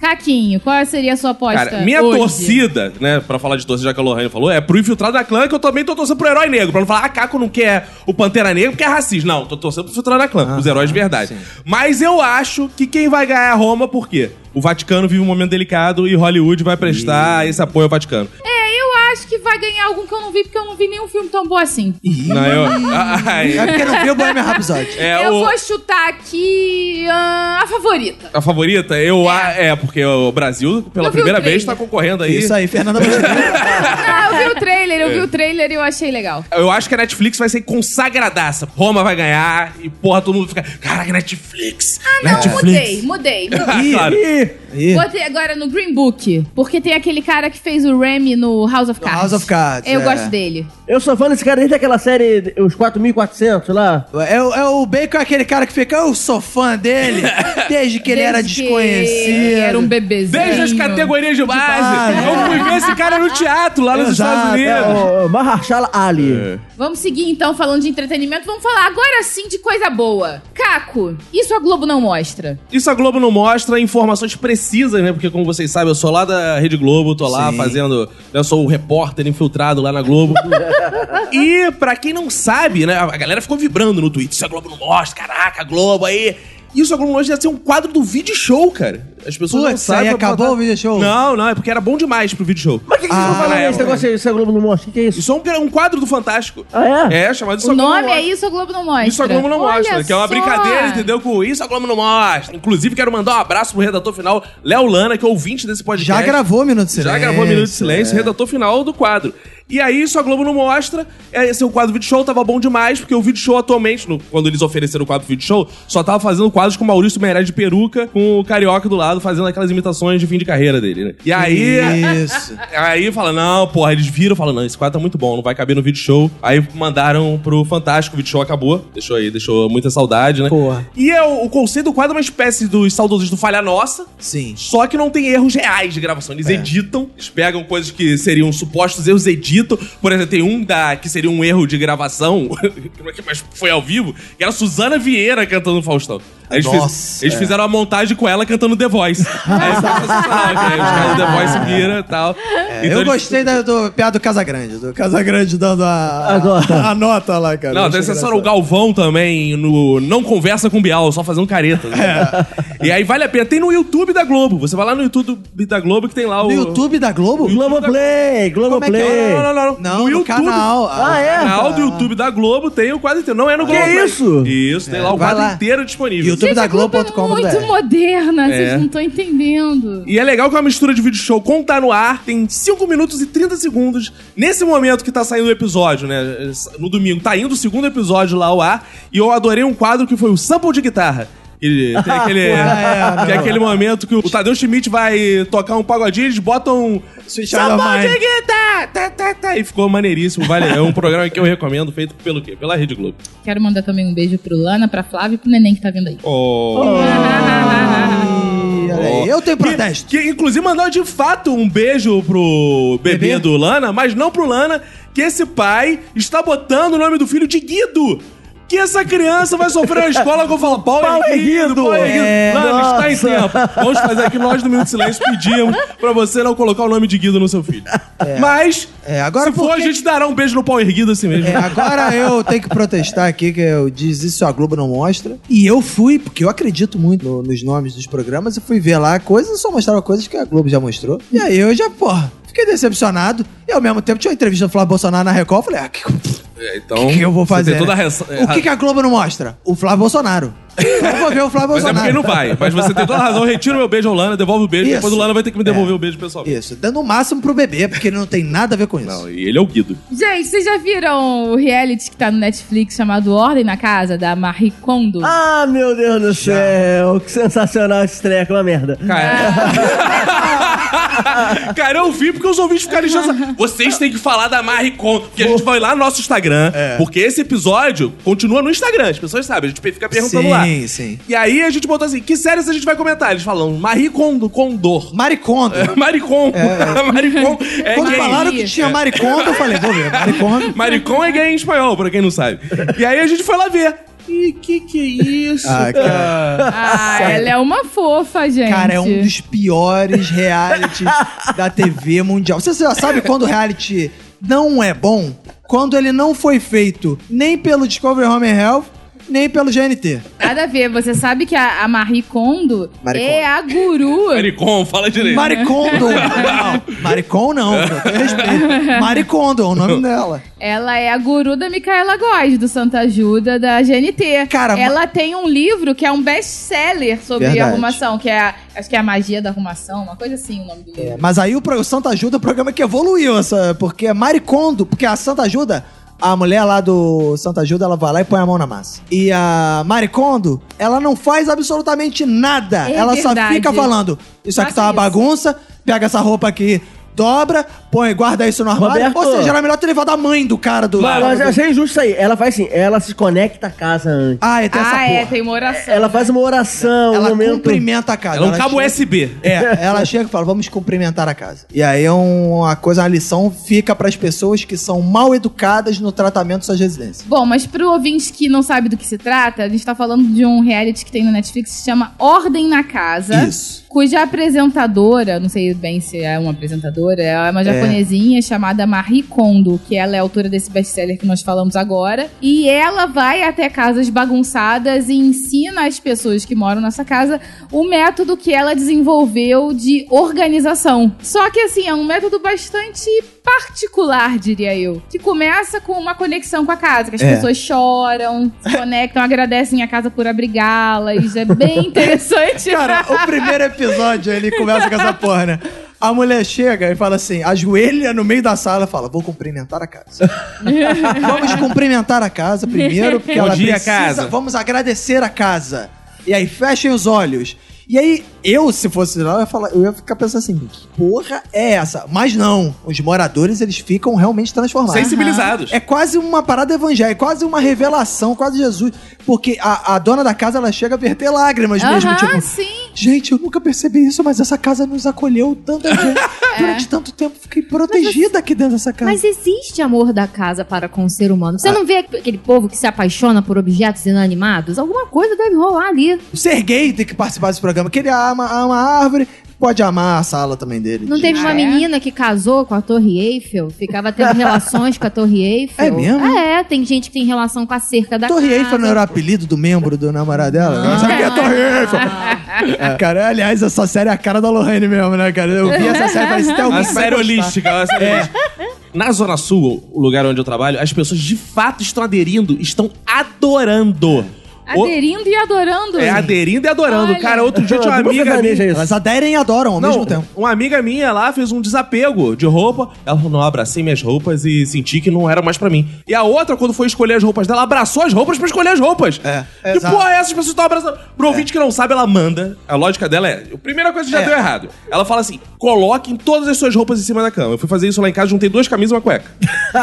B: Caquinho, qual seria a sua aposta?
C: Cara, minha
B: hoje?
C: torcida, né, pra falar de torcida, já que a Lohane falou, é pro infiltrado da clã, que eu também tô torcendo pro herói negro. Pra não falar, ah, Caco não quer o Pantera Negra porque é racista. Não, tô torcendo pro infiltrado da clã, os heróis de verdade. Mas eu acho que quem vai ganhar é Roma, por quê? O Vaticano vive um momento delicado e Hollywood vai prestar esse apoio ao Vaticano.
B: É, Eu acho que vai ganhar algum que eu não vi, porque eu não vi nenhum filme tão bom assim.
C: Não, eu... Ai,
D: É porque não viu o Bohemian Rhapsody.
C: é,
B: eu
C: o-
B: vou chutar aqui ah, a favorita.
C: A favorita, eu a... é, porque o Brasil, pela
B: Eu vi o
C: primeira vez,
B: trailer.
C: tá concorrendo aí.
D: Isso aí, Fernanda Brasileiro.
B: Não, eu vi o trailer, eu vi
C: É.
B: o trailer e eu achei legal.
C: Eu acho que a Netflix vai ser consagradaça. Roma vai ganhar e, porra, todo mundo fica. Caraca, Netflix! Ah,
B: Não, mudei, mudei. mudei.
C: claro.
D: Ih,
B: Botei agora no Green Book, porque tem aquele cara que fez o Remy no House of
D: No
B: Cards.
D: House of Cards,
B: Eu
D: é.
B: gosto dele.
E: Eu sou fã desse cara desde aquela série Os 4.400 lá.
D: É, o- é o Bacon, aquele cara que fica, eu sou fã dele, desde que ele era
B: Desde que
D: desconhecido.
B: ele Era um bebezinho.
C: Desde as categorias de base.
D: base.
C: Eu fui ver esse cara no teatro, lá nos
D: Exato,
C: Estados
E: É,
C: Unidos.
E: o- o Mahershala Ali.
D: É.
B: Vamos seguir então falando de entretenimento. Vamos falar agora sim de coisa boa. Caco, isso a Globo não mostra.
C: Isso a Globo não mostra informações precisas, né? Porque, como vocês sabem, eu sou lá da Rede Globo, tô lá
D: Sim.
C: fazendo. Eu sou o repórter infiltrado lá na Globo. e, pra quem não sabe, né? A galera ficou vibrando no Twitter. Isso a Globo não mostra, caraca, a Globo aí. Isso a Globo não mostra ia ser um quadro do vídeo show, cara. As pessoas não
D: Putz, aí
C: sabem. pra
D: acabou o video show?
C: Não, não, é porque era bom demais pro vídeo show.
E: Mas o que, que vocês
D: Ah,
E: estão falando aí? Esse
C: é,
E: negócio aí, esse Globo não mostra? O que, que é isso?
C: Isso é um, um quadro do Fantástico.
E: Ah, é?
C: É, chamado Isso
B: o
C: a Globo não
B: nome
C: mostra.
B: é Isso a Globo não mostra.
C: Isso a Globo não
B: Olha
C: mostra, que é uma
B: só.
C: brincadeira, entendeu? Com isso a Globo não mostra. Inclusive, quero mandar um abraço pro redator final, Léo Lana, que é ouvinte desse podcast.
D: Já gravou um Minuto de Silêncio. É.
C: Já gravou um Minuto de Silêncio, redator final do quadro. E aí, isso a Globo não mostra. É, Esse o quadro Vídeo Show tava bom demais, porque o Vídeo Show atualmente, no- quando eles ofereceram o quadro Vídeo Show, só tava fazendo quadros com o Maurício Meirelles de peruca, com o Carioca do lado, fazendo aquelas imitações de fim de carreira dele, né? E aí,
D: É, Isso.
C: Aí fala, não, porra, eles viram, falam, não, esse quadro tá muito bom, não vai caber no vídeo show. Aí mandaram pro Fantástico, o vídeo show acabou. Deixou aí, deixou muita saudade, né?
D: Porra.
C: E é o, o conceito do quadro é uma espécie dos saudosistas do Falha Nossa,
D: Sim.
C: só que não tem erros reais de gravação. Eles
D: É.
C: editam, eles pegam coisas que seriam supostos erros, editam. Por exemplo, tem um da, que seria um erro de gravação, é mas foi ao vivo, que era a Suzana Vieira cantando Faustão. Aí Eles,
D: Nossa,
C: eles
D: é.
C: fizeram a montagem com ela cantando The Voice. Aí foi sensacional, né, que aí os caras do The Voice viram e tal. Então
D: É, eu
C: eles-
D: gostei da, do piada do Casagrande. Do Casagrande dando a,
E: A nota.
D: a nota lá, cara.
C: Não,
D: Achei
C: tem sensacional.
D: engraçado.
C: O Galvão também, no Não Conversa com Bial, só fazendo careta. né?
D: É.
C: E aí vale a pena. Tem no YouTube da Globo. Você vai lá no YouTube da Globo que tem lá o.
D: No YouTube da Globo?
E: Globoplay,
D: Como é que é?
E: Globoplay.
C: Não, não, não. não.
D: Não,
C: no
D: no,
C: YouTube.
D: canal.
E: Ah, é?
C: No canal do YouTube da Globo tem o quadro inteiro. Não é no
E: Que
C: Globo.
E: isso?
C: Isso, tem lá o
D: É, vai
C: quadro
D: lá.
C: inteiro disponível.
D: YouTube
B: Gente,
D: da
B: a Globo é
D: Globo.com.br.
B: muito moderna,
C: É.
B: vocês não estão entendendo.
C: E é legal que é uma mistura de vídeo show com Tá No Ar, tem 5 minutos e 30 segundos. Nesse momento que tá saindo o episódio, né? No domingo, tá indo o segundo episódio lá ao ar. E eu adorei um quadro que foi o sample de guitarra. E tem aquele,
D: é,
C: que é aquele momento que o Tadeu Schmidt vai tocar um pagodinho, eles botam
D: Sweet Child of
C: sample de
D: Mine.
C: guitarra! Tá, tá, tá. E ficou maneiríssimo, vale. É um programa que eu recomendo, feito pelo quê? Pela Rede Globo.
B: Quero mandar também um beijo pro Lana, pra Flávia e pro Neném que tá vindo aí.
C: Oh.
D: Ih, olha aí. Eu tenho protesto.
C: Que, que, inclusive mandou de fato um beijo pro bebê,
D: Bebê?
C: do Lana, mas não pro Lana, que esse pai está botando o nome do filho de Guido. Que essa criança vai sofrer na escola que eu falo, Paulo
E: Paulo
C: é Guido,
E: Guido.
C: Paulo é Guido.
D: É,
C: Lana, está em
E: nossa.
C: tempo. Vamos fazer aqui, nós do Minuto de Silêncio pedimos pra você não colocar o nome de Guido no seu filho. Mas,
D: É, agora
C: se for,
D: por que-
C: a gente dará um beijo no pau erguido assim mesmo.
D: É, agora eu tenho que protestar aqui, que eu diz isso a Globo não mostra. E eu fui, porque eu acredito muito no- nos nomes dos programas, e fui ver lá coisas, só mostraram coisas que a Globo já mostrou. E aí eu já, porra, fiquei decepcionado. E ao mesmo tempo tinha uma entrevista do Flávio Bolsonaro na Record, eu falei, ah, que,
C: É, então,
D: que eu vou
C: você
D: fazer?
C: Tem toda a
D: né?
C: razão-
D: O que, que a Globo não mostra? O Flávio Bolsonaro. Então Eu vou ver o Flávio
C: Mas é
D: Bolsonaro.
C: porque não vai. Mas você tem toda a razão. Retira o meu beijo ao Lana, devolve o beijo.
D: Isso.
C: Depois o Lana vai ter que me devolver
D: É.
C: o beijo pessoal.
D: Isso, dando o máximo pro bebê, porque ele não tem nada a ver com isso.
C: Não, e ele é o Guido.
B: Gente, vocês já viram o reality que tá no Netflix chamado Ordem na Casa, da Marie Kondo?
E: Ah, meu Deus do céu. Que sensacional esse treco, uma merda.
C: Cara. Cara, eu vi porque os ouvintes ficaram enchendo. essa- Vocês têm que falar da Marie Kondo. Porque a gente vai lá no nosso Instagram.
D: É.
C: Porque esse episódio continua no Instagram. As pessoas sabem. A gente fica perguntando
D: sim,
C: lá.
D: sim.
C: E aí a gente botou assim: que séries a gente vai comentar? Eles falam Marie Kondo, Condor.
D: Maricondo.
C: Maricom. Maricom é
D: Quando
C: gay.
D: falaram que tinha maricondo, eu falei, vou ver, maricondo.
C: Maricom é gay em espanhol, pra quem não sabe. E aí a gente foi lá ver. Ih, que que é isso?
D: Ah, cara.
B: Ah, ela é uma fofa, gente.
D: Cara, é um dos piores realities da TV mundial. Você já sabe quando o reality não é bom? Quando ele não foi feito nem pelo Discovery Home and Health, nem pelo GNT.
B: Nada a ver. Você sabe que a, a Marie Kondo
D: Marie
B: é a guru.
C: Maricom, fala direito.
D: Maricondo! Não, Maricon não, pô, eu respeito. Maricondo é o nome dela.
B: Ela é a guru da Micaela Góes, do Santa Ajuda, da GNT.
D: Cara,
B: ela tem um livro que é um best-seller sobre
D: Verdade.
B: arrumação, que é, a- acho que é a magia da arrumação, uma coisa assim o nome do livro.
D: Mas aí o, pro- o Santa Ajuda é um programa que evoluiu, essa, porque é Maricondo, porque a Santa Ajuda, a mulher lá do Santa Ajuda, ela vai lá e põe a mão na massa. E a Maricondo, ela não faz absolutamente nada.
B: É
D: ela só
B: verdade.
D: fica falando: isso aqui
B: Faça
D: tá uma
B: isso.
D: bagunça, pega essa roupa aqui. Dobra, põe, guarda isso no armário.
E: Roberto.
D: Ou seja, era melhor ter levado a mãe do cara do.
E: Mas, mas eu achei injusto isso aí. Ela faz assim, ela se conecta à casa antes.
D: Ah, é, tem essa
B: ah,
D: porra.
B: é, tem uma oração.
E: Ela faz uma oração, um
D: Ela
E: momento.
D: cumprimenta a casa.
C: Ela é um cabo
D: chega-
C: USB.
D: É, ela chega e fala, vamos cumprimentar a casa. E aí é uma coisa, a lição fica pras pessoas que são mal educadas no tratamento de suas residências.
B: Bom, mas pro ouvinte que não sabe do que se trata, a gente tá falando de um reality que tem no Netflix que se chama Ordem na Casa.
D: Isso.
B: Cuja apresentadora, não sei bem se é uma apresentadora, é uma japonesinha chamada Marie Kondo, que ela é autora desse best-seller que nós falamos agora. E ela vai até casas bagunçadas e ensina as pessoas que moram nessa casa o método que ela desenvolveu de organização. Só que assim, é um método bastante particular, diria eu. Que começa com uma conexão com a casa, que as
D: É.
B: pessoas choram, se conectam, agradecem a casa por abrigá-las. É bem interessante.
D: Cara, o primeiro episódio ele começa com essa porra, né? A mulher chega e fala assim, ajoelha no meio da sala e fala, vou cumprimentar a casa. vamos cumprimentar a casa primeiro, porque
C: Bom
D: ela
C: dia,
D: precisa,
C: casa.
D: vamos agradecer a casa. E aí, fechem os olhos. E aí, eu, se fosse lá, eu ia, falar- eu ia ficar pensando assim, que porra é essa? Mas não, os moradores, eles ficam realmente transformados.
C: Sensibilizados.
D: É quase uma parada evangélica, é quase uma revelação, quase Jesus. Porque a, a dona da casa, ela chega a verter lágrimas mesmo,
B: Aham,
D: tipo...
B: sim.
D: Gente, eu nunca percebi isso, mas essa casa nos acolheu tanto gente.
C: É.
D: Durante tanto tempo, fiquei protegida aqui dentro dessa casa.
F: Mas existe amor da casa para com o ser humano.
D: Ah.
F: Você não vê aquele povo que se apaixona por objetos inanimados? Alguma coisa deve rolar ali.
D: O Ser gay tem que participar desse programa, que ele ama, ama a árvore, pode amar a sala também dele.
F: Não teve
B: Ah,
F: uma
B: é?
F: menina que casou com a Torre Eiffel? Ficava tendo relações com a Torre Eiffel?
D: É mesmo?
F: É, tem gente que tem relação com a cerca da
D: Torre
F: casa.
D: Eiffel não era o apelido do membro do namorado dela? Não, sabe que é Torre
F: Ah.
D: Eiffel? É. Cara, aliás, essa série é a cara da Lorraine mesmo, né, cara? Eu vi essa série e falei, se tem alguém
C: A
D: que vai gostar. É.
C: série holística. a série holística. Na Zona Sul, o lugar onde eu trabalho, as pessoas de fato estão aderindo, estão adorando. O-
B: Aderindo e adorando.
C: É aderindo e adorando.
B: Olha.
C: Cara, outro dia tinha uma
E: Dupla
C: amiga minha.
E: sertaneja, isso.
D: Elas aderem e adoram ao
C: Não,
D: mesmo tempo.
C: uma amiga minha lá fez um desapego de roupa. Ela falou: não, eu abracei minhas roupas e senti que não eram mais pra mim. E a outra, quando foi escolher as roupas dela, abraçou as roupas pra escolher as roupas.
D: É,
C: Que
D: exato.
C: porra é essa? As pessoas estão abraçando. Pro ouvinte que não sabe, ela manda. A lógica dela é: a primeira coisa que já
D: É.
C: deu errado. Ela fala assim: coloquem todas as suas roupas em cima da cama. Eu fui fazer isso lá em casa, juntei duas camisas e uma cueca.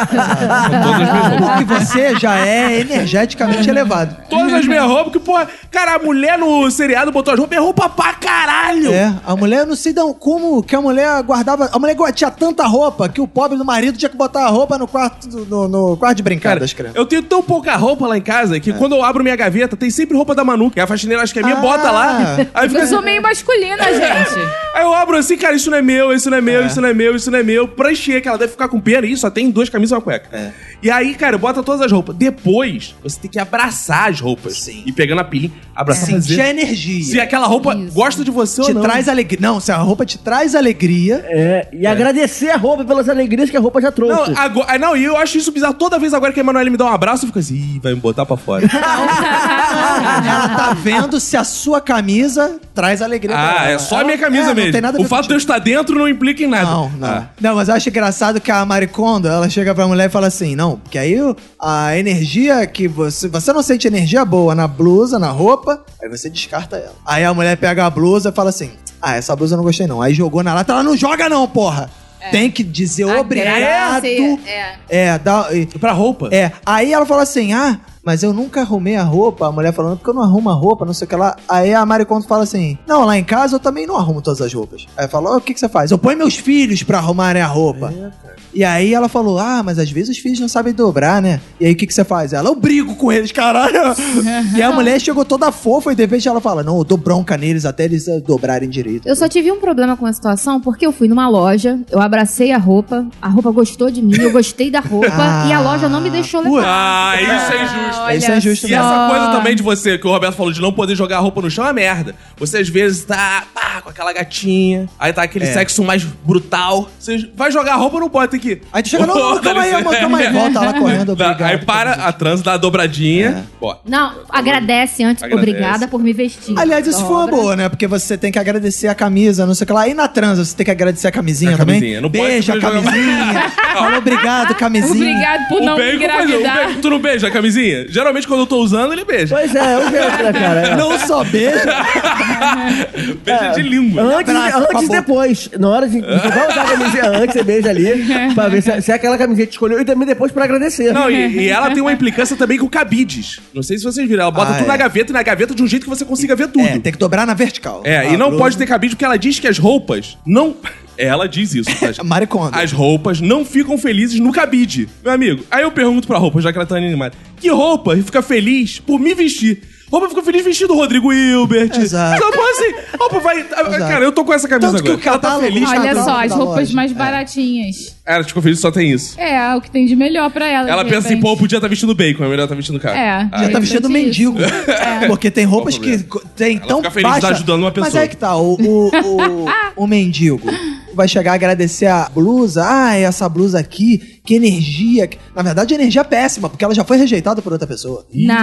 C: Com todas as minhas roupas.
D: Porque você já é energeticamente elevado.
C: Todas as minhas roupas, que porra. Cara, a mulher no seriado botou as roupas, é roupa pra caralho!
D: É, a mulher, eu não sei não, como que a mulher guardava. A mulher gua- tinha tanta roupa que o pobre do marido tinha que botar a roupa no quarto, do- no, no quarto de
C: Cara,
D: brincadas, criança.
C: eu tenho tão pouca roupa lá em casa que quando eu abro minha gaveta, tem sempre roupa da Manu, que a faxineira acho que é minha,
D: É. Ah.
C: bota lá. Aí fica
B: Eu
C: assim,
B: sou meio masculina, gente.
C: aí eu abro assim, cara, isso não é meu, isso não é meu, isso não é meu, isso não é meu. Pra encher, que ela deve ficar com pena, e só tem duas camisas e uma cueca.
D: É.
C: E aí, cara, bota todas as roupas. Depois, você tem que abraçar as roupas.
D: Sim.
C: E pegando a pilha, abraçar.
D: Sentir a
C: Se
D: energia.
C: aquela roupa
F: Isso.
C: gosta de você
D: Te
C: ou não.
D: traz alegria. Não, se a roupa te traz alegria.
E: É, e agradecer a roupa pelas alegrias que a roupa já
C: Não,
E: trouxe.
C: agora, ah, não, e eu acho isso bizarro. Toda vez agora que a Emanuele me dá um abraço, eu fico assim, Ih, vai me botar pra fora. Ah.
D: Ela tá vendo se a sua camisa traz alegria pra
C: ah,
D: ela.
C: é só a
D: Ela-
C: minha
D: é,
C: camisa mesmo.
D: Não tem nada a ver
C: o fato de eu estar dentro não implica em nada.
D: Não, não.
C: Ah.
D: Não, mas eu acho engraçado que a Maricondo, ela chega pra mulher e fala assim, não, porque aí a energia que você... Você não sente energia boa na blusa, na roupa, aí você descarta ela. Aí a mulher pega a blusa e fala assim, ah, essa blusa eu não gostei não. Aí jogou na lata, ela não joga não, porra! Tem que dizer obrigado.
B: Agradecer, é.
D: É, dá... e-
C: Pra roupa?
D: é, aí ela falou assim: ah, mas eu nunca arrumei a roupa. A mulher falando, porque eu não arrumo a roupa, não sei o que lá. Aí a Mari Kondo fala assim: não, lá em casa eu também não arrumo todas as roupas. Aí falou: o que, que você faz? Eu ponho meus filhos pra arrumarem a roupa.
C: É,
D: E aí ela falou: ah, mas às vezes os filhos não sabem dobrar, né? E aí o que, que você faz? Ela, eu brigo com eles, caralho. e a mulher chegou toda fofa e de repente ela fala: não, eu dou bronca neles até eles eh, dobrarem direito.
F: Eu só tive um problema com a situação porque eu fui numa loja, eu abracei a roupa, a roupa gostou de mim, eu gostei da roupa
D: Ah,
F: e a loja não me deixou levar.
C: Ah, isso é injusto.
B: Olha
D: Isso é injusto
C: E
D: mesmo.
C: essa coisa também de você, que o Roberto falou, de não poder jogar a roupa no chão é merda. Você às vezes tá pá, com aquela gatinha, aí tá aquele
D: É.
C: sexo mais brutal. Você vai jogar a roupa, não pode, tem que.
D: Aí tu chega, não, não,
C: Ô,
D: calma aí,
C: dá
D: amor, calma aí.
C: licença. É.
D: Volta lá correndo,
C: Dá-
D: obrigado. É.
C: Aí para a trans, dá a dobradinha. Bora.
F: Não, agradece antes.
C: Agradece.
F: Obrigada por me vestir.
D: Aliás, isso foi uma
F: Dobra.
D: boa, né? Porque você tem que agradecer a camisa, não sei o que lá. E na transa, você tem que agradecer a camisinha
C: A
D: também?
C: camisinha, não pode
D: Beija a
C: jogar-
D: camisinha. Fala obrigado, camisinha.
B: Obrigado por não me
C: pois é, o
B: engravidar.
C: bacon- tu não beija a camisinha? Geralmente quando eu tô usando, ele beija.
E: Pois é, eu vejo, né, cara? É.
D: Não só beija.
C: Beija
D: é.
C: de língua.
E: É. Antes,
D: um Abraço,
E: antes e
D: acabou.
E: depois. Na hora de. Você vai usar a camisinha antes, você beija ali. Pra ver se, se é aquela camisinha que escolheu. E também depois pra agradecer.
C: Não, e, e ela tem uma implicância também com cabides. Não sei se vocês viram. Ela bota
D: Ah,
C: tudo
D: é.
C: na gaveta e na gaveta de um jeito que você consiga ver tudo.
D: É, tem que dobrar na vertical.
C: É, e
D: Ah,
C: não
D: Bruno.
C: pode ter cabide porque ela diz que as roupas não. Ela diz isso, tá? gente?
D: Maricondo.
C: As roupas não ficam felizes no cabide, meu amigo. Aí eu pergunto pra roupa, já que ela tá animada: que roupa fica feliz por me vestir? Roupa fica feliz vestido Rodrigo Hilbert.
D: Exato.
C: Só pode assim. Roupa vai. Cara, eu tô com essa camisa
D: Tanto que
C: agora.
D: o catálogo-
C: Ela tá feliz.
D: Ah,
B: Olha
D: da-
B: só,
D: da
B: as roupas
D: loja.
B: mais
D: É.
B: baratinhas.
C: Ela ficou feliz, só tem isso.
B: É, o que tem de melhor pra ela.
C: Ela
B: de
C: pensa assim,
B: repente.
C: pô, eu podia estar vestindo bacon, é melhor estar vestindo cara.
B: É.
C: Ah,
D: Já tá vestindo
B: Isso.
D: mendigo. Porque tem roupas
C: É. Qual o
D: que co- tem
C: Ela
D: tão
C: fica feliz de
D: baixa-
C: tá ajudando uma
D: Mas
C: pessoa.
D: é que tá, o, o, o, o mendigo vai chegar a agradecer a blusa. Ah, essa blusa aqui, que energia. que- Na verdade, energia é péssima, porque ela já foi rejeitada por outra pessoa.
B: Não,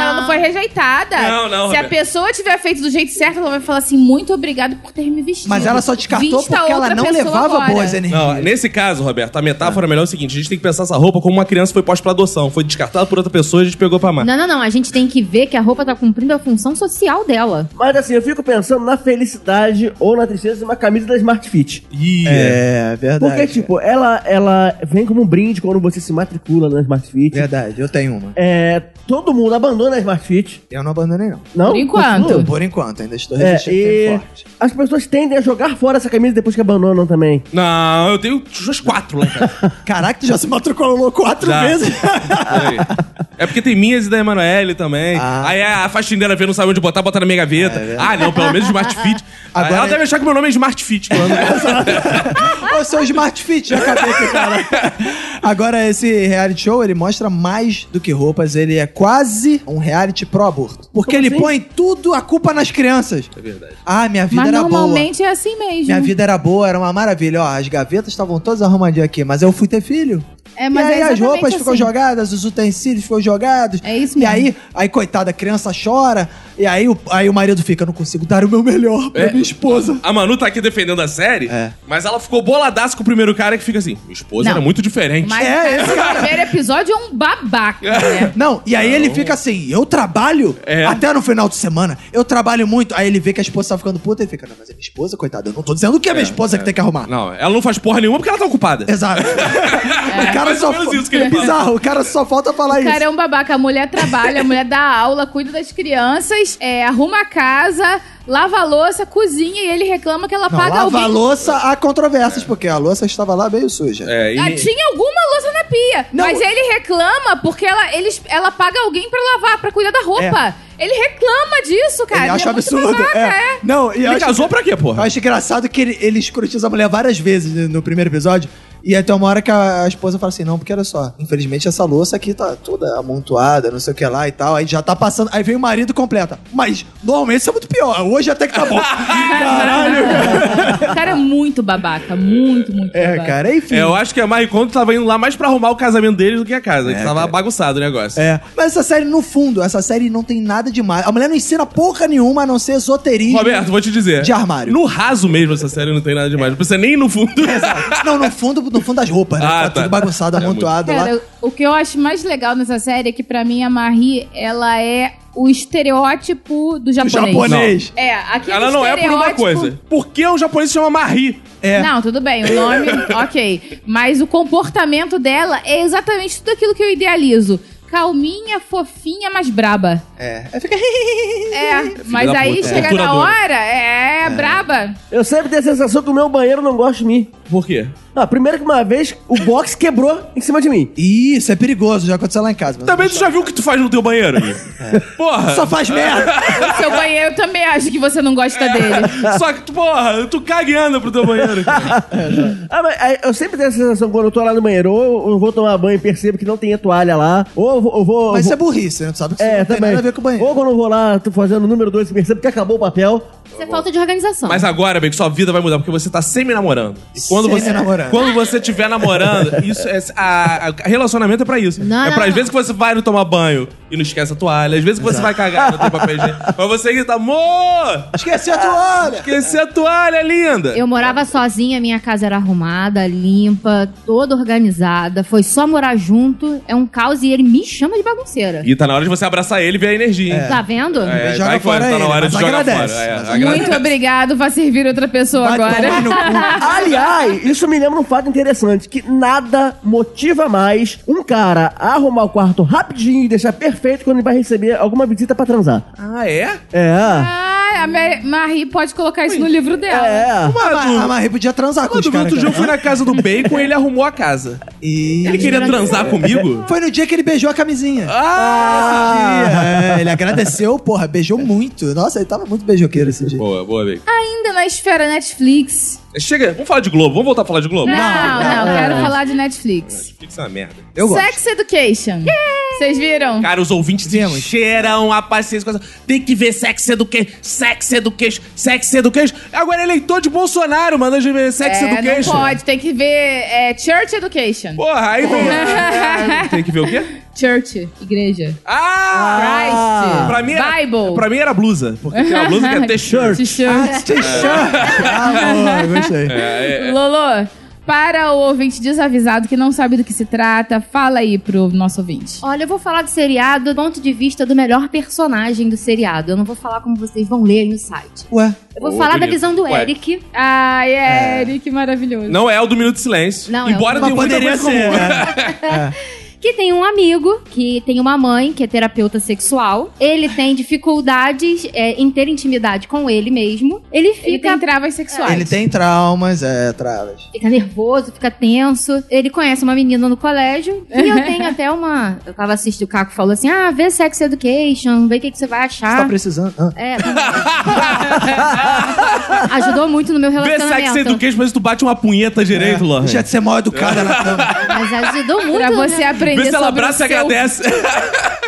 B: ela não foi rejeitada.
C: Não, não,
B: Se a
C: Roberta.
B: pessoa tiver feito do jeito certo, ela vai falar assim: muito obrigado por ter me vestido.
D: Mas ela só descartou
B: Vista
D: porque ela
B: outra
D: não
B: pessoa
D: levava
B: agora.
D: boas energias.
C: Não, nesse caso, Roberto, a metáfora
D: Ah.
C: melhor é o seguinte: a gente tem que pensar essa roupa como uma criança foi posta pra adoção, foi descartada por outra pessoa e a gente pegou pra amar.
F: Não, não, não. A gente tem que ver que a roupa tá cumprindo a função social
C: Tá
F: dela.
E: Mas assim, eu fico pensando na felicidade ou na tristeza de uma camisa da Smart Fit.
C: Ih,
D: É, verdade.
E: Porque, tipo, ela, ela vem como um brinde quando você se matricula na Smart Fit.
D: Verdade, eu tenho uma.
E: É, todo mundo abandona a Smart Fit.
D: Eu não abandonei, não.
E: Não?
B: Por enquanto.
E: Continua?
D: Por enquanto, ainda estou
E: É,
D: resistindo bem
E: e
D: forte.
E: as pessoas tendem a jogar fora essa camisa depois que abandonam também.
C: Não, eu tenho umas quatro lá, cara.
D: Caraca, tu já se matriculou quatro
C: Já.
D: vezes.
C: Peraí. é porque tem minhas e da Emanuele também.
D: Ah. é
C: Aí a faxineira vê, não sabe onde botar, bota na minha gaveta. ah, não, pelo menos Smart Fit.
D: Agora
C: Ela
D: é-
C: deve achar que meu nome é Smart Fit. mano.
D: Ô, seu Smart Fit, já acabei aqui, cara. Agora, esse reality show, ele mostra mais do que roupas. Ele é quase um reality pró-aborto. Porque ele
B: assim?
D: põe tudo a culpa nas crianças. É
C: verdade.
D: Ah, minha vida
B: Mas
D: era boa.
B: normalmente é assim mesmo.
D: Minha vida era boa, era uma maravilha. Ó, as gavetas estavam todas arrumadinhas aqui, mas eu fui ter filho.
B: É, mas
D: e aí
B: é
D: as roupas
B: exatamente
D: ficam
B: assim.
D: jogadas, os utensílios ficam jogados.
B: É isso
D: E
B: mesmo.
D: aí, aí coitada, a criança chora. E aí o, aí o marido fica, não consigo dar o meu melhor pra
C: É.
D: minha esposa.
C: A Manu tá aqui defendendo a série,
D: É.
C: mas ela ficou boladaço com o primeiro cara que fica assim: minha esposa
B: Não.
C: era muito diferente.
B: Mas
D: É,
B: cara, o primeiro episódio é um babaca, né?
D: Não, e aí ele fica assim, eu trabalho
C: É.
D: até no final de semana, eu trabalho muito. Aí ele vê que a esposa tá ficando puta e fica, não, mas é minha esposa, coitada, eu não tô dizendo que é minha esposa que tem que arrumar.
C: Não, ela não faz porra nenhuma porque ela tá ocupada.
D: Exato. O cara
C: É Mais ou
D: só
C: menos
D: fa-
C: isso que ele fala.
D: bizarro, o cara só falta falar
B: O cara é
D: isso.
B: um babaca. A mulher trabalha, a mulher dá aula, cuida das crianças, é, arruma a casa, lava a louça, cozinha e ele reclama que ela
D: Não,
B: paga
D: lava
B: alguém.
D: a louça, há controvérsias, porque a louça estava lá meio suja.
C: É, e-
B: Ah, tinha alguma louça na pia.
D: Não.
B: Mas ele reclama porque ela, eles, ela paga alguém pra lavar, pra cuidar da roupa. Ele reclama disso, cara.
D: É. ele
B: é
D: acha
B: muito
D: absurdo.
B: babaca,
D: é.
B: é.
D: Não, e eu
C: Ele
D: acho-
C: casou pra quê,
D: Eu
C: porra?
D: acho engraçado que ele, ele escrotiza a mulher várias vezes no primeiro episódio. E aí tem uma hora que a, a esposa fala assim: não, porque olha só, infelizmente essa louça aqui tá toda amontoada, não sei o que lá e tal. Aí já tá passando. Aí vem o marido e completa. Mas normalmente isso é muito pior. Hoje até que tá bom. Caralho, cara.
B: O cara é muito babaca. Muito, muito
D: É,
B: babaca.
D: cara, enfim.
C: É, eu acho que a Marie Kondo tava indo lá mais pra arrumar o casamento dele do que a casa. que tava
D: cara.
C: bagunçado o negócio.
D: É. Mas essa série, no fundo, essa série não tem nada demais. A mulher não ensina porra nenhuma a não ser esoterismo.
C: Roberto, vou te dizer.
D: De armário.
C: No raso mesmo, essa série não tem nada demais. Não precisa nem ir no fundo.
D: Não, no fundo, no fundo das roupas, né?
C: Ah,
D: tá,
C: tá.
D: tudo bagunçado,
C: É muito-
D: amontoado lá.
B: Cara, o que eu acho mais legal nessa série é que, pra mim, a Marie, ela é o estereótipo do japonês.
D: Japonês.
B: É, aquele
C: Ela não é por uma
B: estereótipo-
C: coisa. Por que o japonês se chama Marie?
D: É.
B: Não, tudo bem, o nome, ok. Mas o comportamento dela é exatamente tudo aquilo que eu idealizo. Calminha, fofinha, mas braba.
D: É. Aí fica.
B: É, mas
C: da
B: aí
C: puta.
B: chega na
C: Torturadora.
B: hora, é, braba.
E: Eu sempre tenho a sensação que o meu banheiro não gosta de mim.
C: Por quê?
E: Ah, primeiro que uma vez o box quebrou em cima de mim.
D: Ih, Isso, é perigoso, já aconteceu lá em casa. mas-
C: Também tu já viu o que tu faz no teu banheiro? amigo? Porra!
D: Só faz merda!
B: O seu banheiro eu também acho que você não gosta
D: É.
B: dele.
C: Só que, tu- porra, tu caga e anda pro teu banheiro. cara.
E: Ah, mas aí, eu sempre tenho essa sensação quando eu tô lá no banheiro, ou eu vou tomar banho e percebo que não tem a toalha lá, ou eu vou. eu vou-
D: Mas isso é
E: eu vou-
D: burrice, né? Tu sabe que isso
E: é,
D: não tem
E: também.
D: nada a ver com o banheiro.
E: Ou quando eu vou lá, tô fazendo o número 2 e percebo que acabou o papel.
F: Isso é falta de organização.
C: Mas agora, bem, que sua vida vai mudar, porque você tá semi-namorando. E quando você.
D: Semi-namorando.
C: Quando você tiver namorando, isso é. A, a- relacionamento é pra isso.
F: Não,
C: é
F: não,
C: pra às
F: não.
C: vezes que você vai no tomar banho e não esquece a toalha, às vezes que você vai cagar e não tem papel higiênico. Mas você grita, amor!
D: Esqueci a
C: Ah.
D: toalha!
C: Esqueci a toalha, linda!
F: Eu morava sozinha, minha casa era arrumada, limpa, toda organizada. Foi só morar junto, é um caos e ele me chama de bagunceira.
C: E tá na hora de você abraçar ele e ver a energia, hein?
F: Tá vendo?
C: É,
D: Joga
C: vai
D: fora
C: fora, tá na
D: ele,
C: hora
D: mas
C: de jogar
D: agradece.
C: fora. É,
D: Mas
C: agradece.
B: Muito obrigado, vai servir outra pessoa
D: Vai tomar
B: agora.
D: no cu.
E: Aliás, isso me lembra um fato interessante: que nada motiva mais um cara a arrumar o quarto rapidinho e deixar perfeito quando ele vai receber alguma visita pra transar.
C: Ah, é?
E: É.
B: Ah, a Ma- Marie pode colocar isso no livro dela.
E: É.
D: A Ma- a Marie podia transar com os
C: Quando vi
D: caras.
C: outro dia eu fui
D: cara. né?
C: na casa do Bacon e ele arrumou a casa.
D: E-
C: Ele queria transar comigo?
D: Foi no dia que ele beijou a camisinha.
C: Ah!
D: Esse dia. É, ele agradeceu, porra, beijou muito. Nossa, ele tava muito beijoqueiro esse dia.
C: Boa, boa, Bacon.
B: Ainda na esfera Netflix.
C: Chega, vamos falar de Globo, vamos voltar a falar de Globo?
B: Não, não,
D: não,
B: quero falar de Netflix.
C: Fica isso uma merda.
D: Eu gosto.
B: Sex Education. Vocês viram?
C: Cara, os ouvintes
D: Vemos.
C: cheiram a paciência. com essa- Tem que ver Sex Education, Sex Education, Sex Education. Agora é eleitor de Bolsonaro, manda de ver Sex
B: é, não
C: Education.
B: pode, tem que ver é, Church Education.
C: Porra, aí vem... Ah, Tem que ver o quê?
B: Church, igreja.
C: Ah!
B: Christ.
C: Pra mim, era,
B: Bible.
C: pra mim era blusa, porque tem uma blusa que é t-shirt.
B: T-shirt.
D: Ah, boa, gostei.
C: É.
B: Lolo, para o ouvinte desavisado que não sabe do que se trata, fala aí pro nosso ouvinte.
F: Olha, eu vou falar do seriado do ponto de vista do melhor personagem do seriado. Eu não vou falar como vocês vão ler no site.
D: Ué,
F: Eu vou
C: Ô,
F: falar da
C: bonito.
F: visão do
C: Ué.
F: Eric.
B: Ai, Ah, é, Eric, que maravilhoso.
C: É. Não é o do Minuto de Silêncio.
F: Não, é o-
C: Embora
D: mas
C: tenha muita
D: poderia
C: coisa
D: ser,
C: comum.
B: é.
D: né?
F: que tem um amigo que tem uma mãe que é terapeuta sexual. Ele tem dificuldades é, em ter intimidade com ele mesmo. Ele fica.
B: Ele tem travas sexuais.
D: Ele tá tem traumas, é, travas.
F: Fica nervoso, fica tenso. Ele conhece uma menina no colégio. E eu tenho até uma. Eu tava assistindo, o Caco falou assim: ah, vê Sex Education, vê o que, que você vai
D: Você tá
F: achar.
D: precisando. Ah.
F: É. Ajudou muito no meu
C: Vê Sex
F: relacionamento.
C: Education, mas tu bate uma punheta direito, Lohan.
D: É. Deixa de ser mal educada na cama.
F: Mas ajudou muito.
B: Pra
F: no
B: você
F: meu-
B: aprender
C: Vê se ela
B: sobre
C: abraça e
B: o seu...
C: agradece.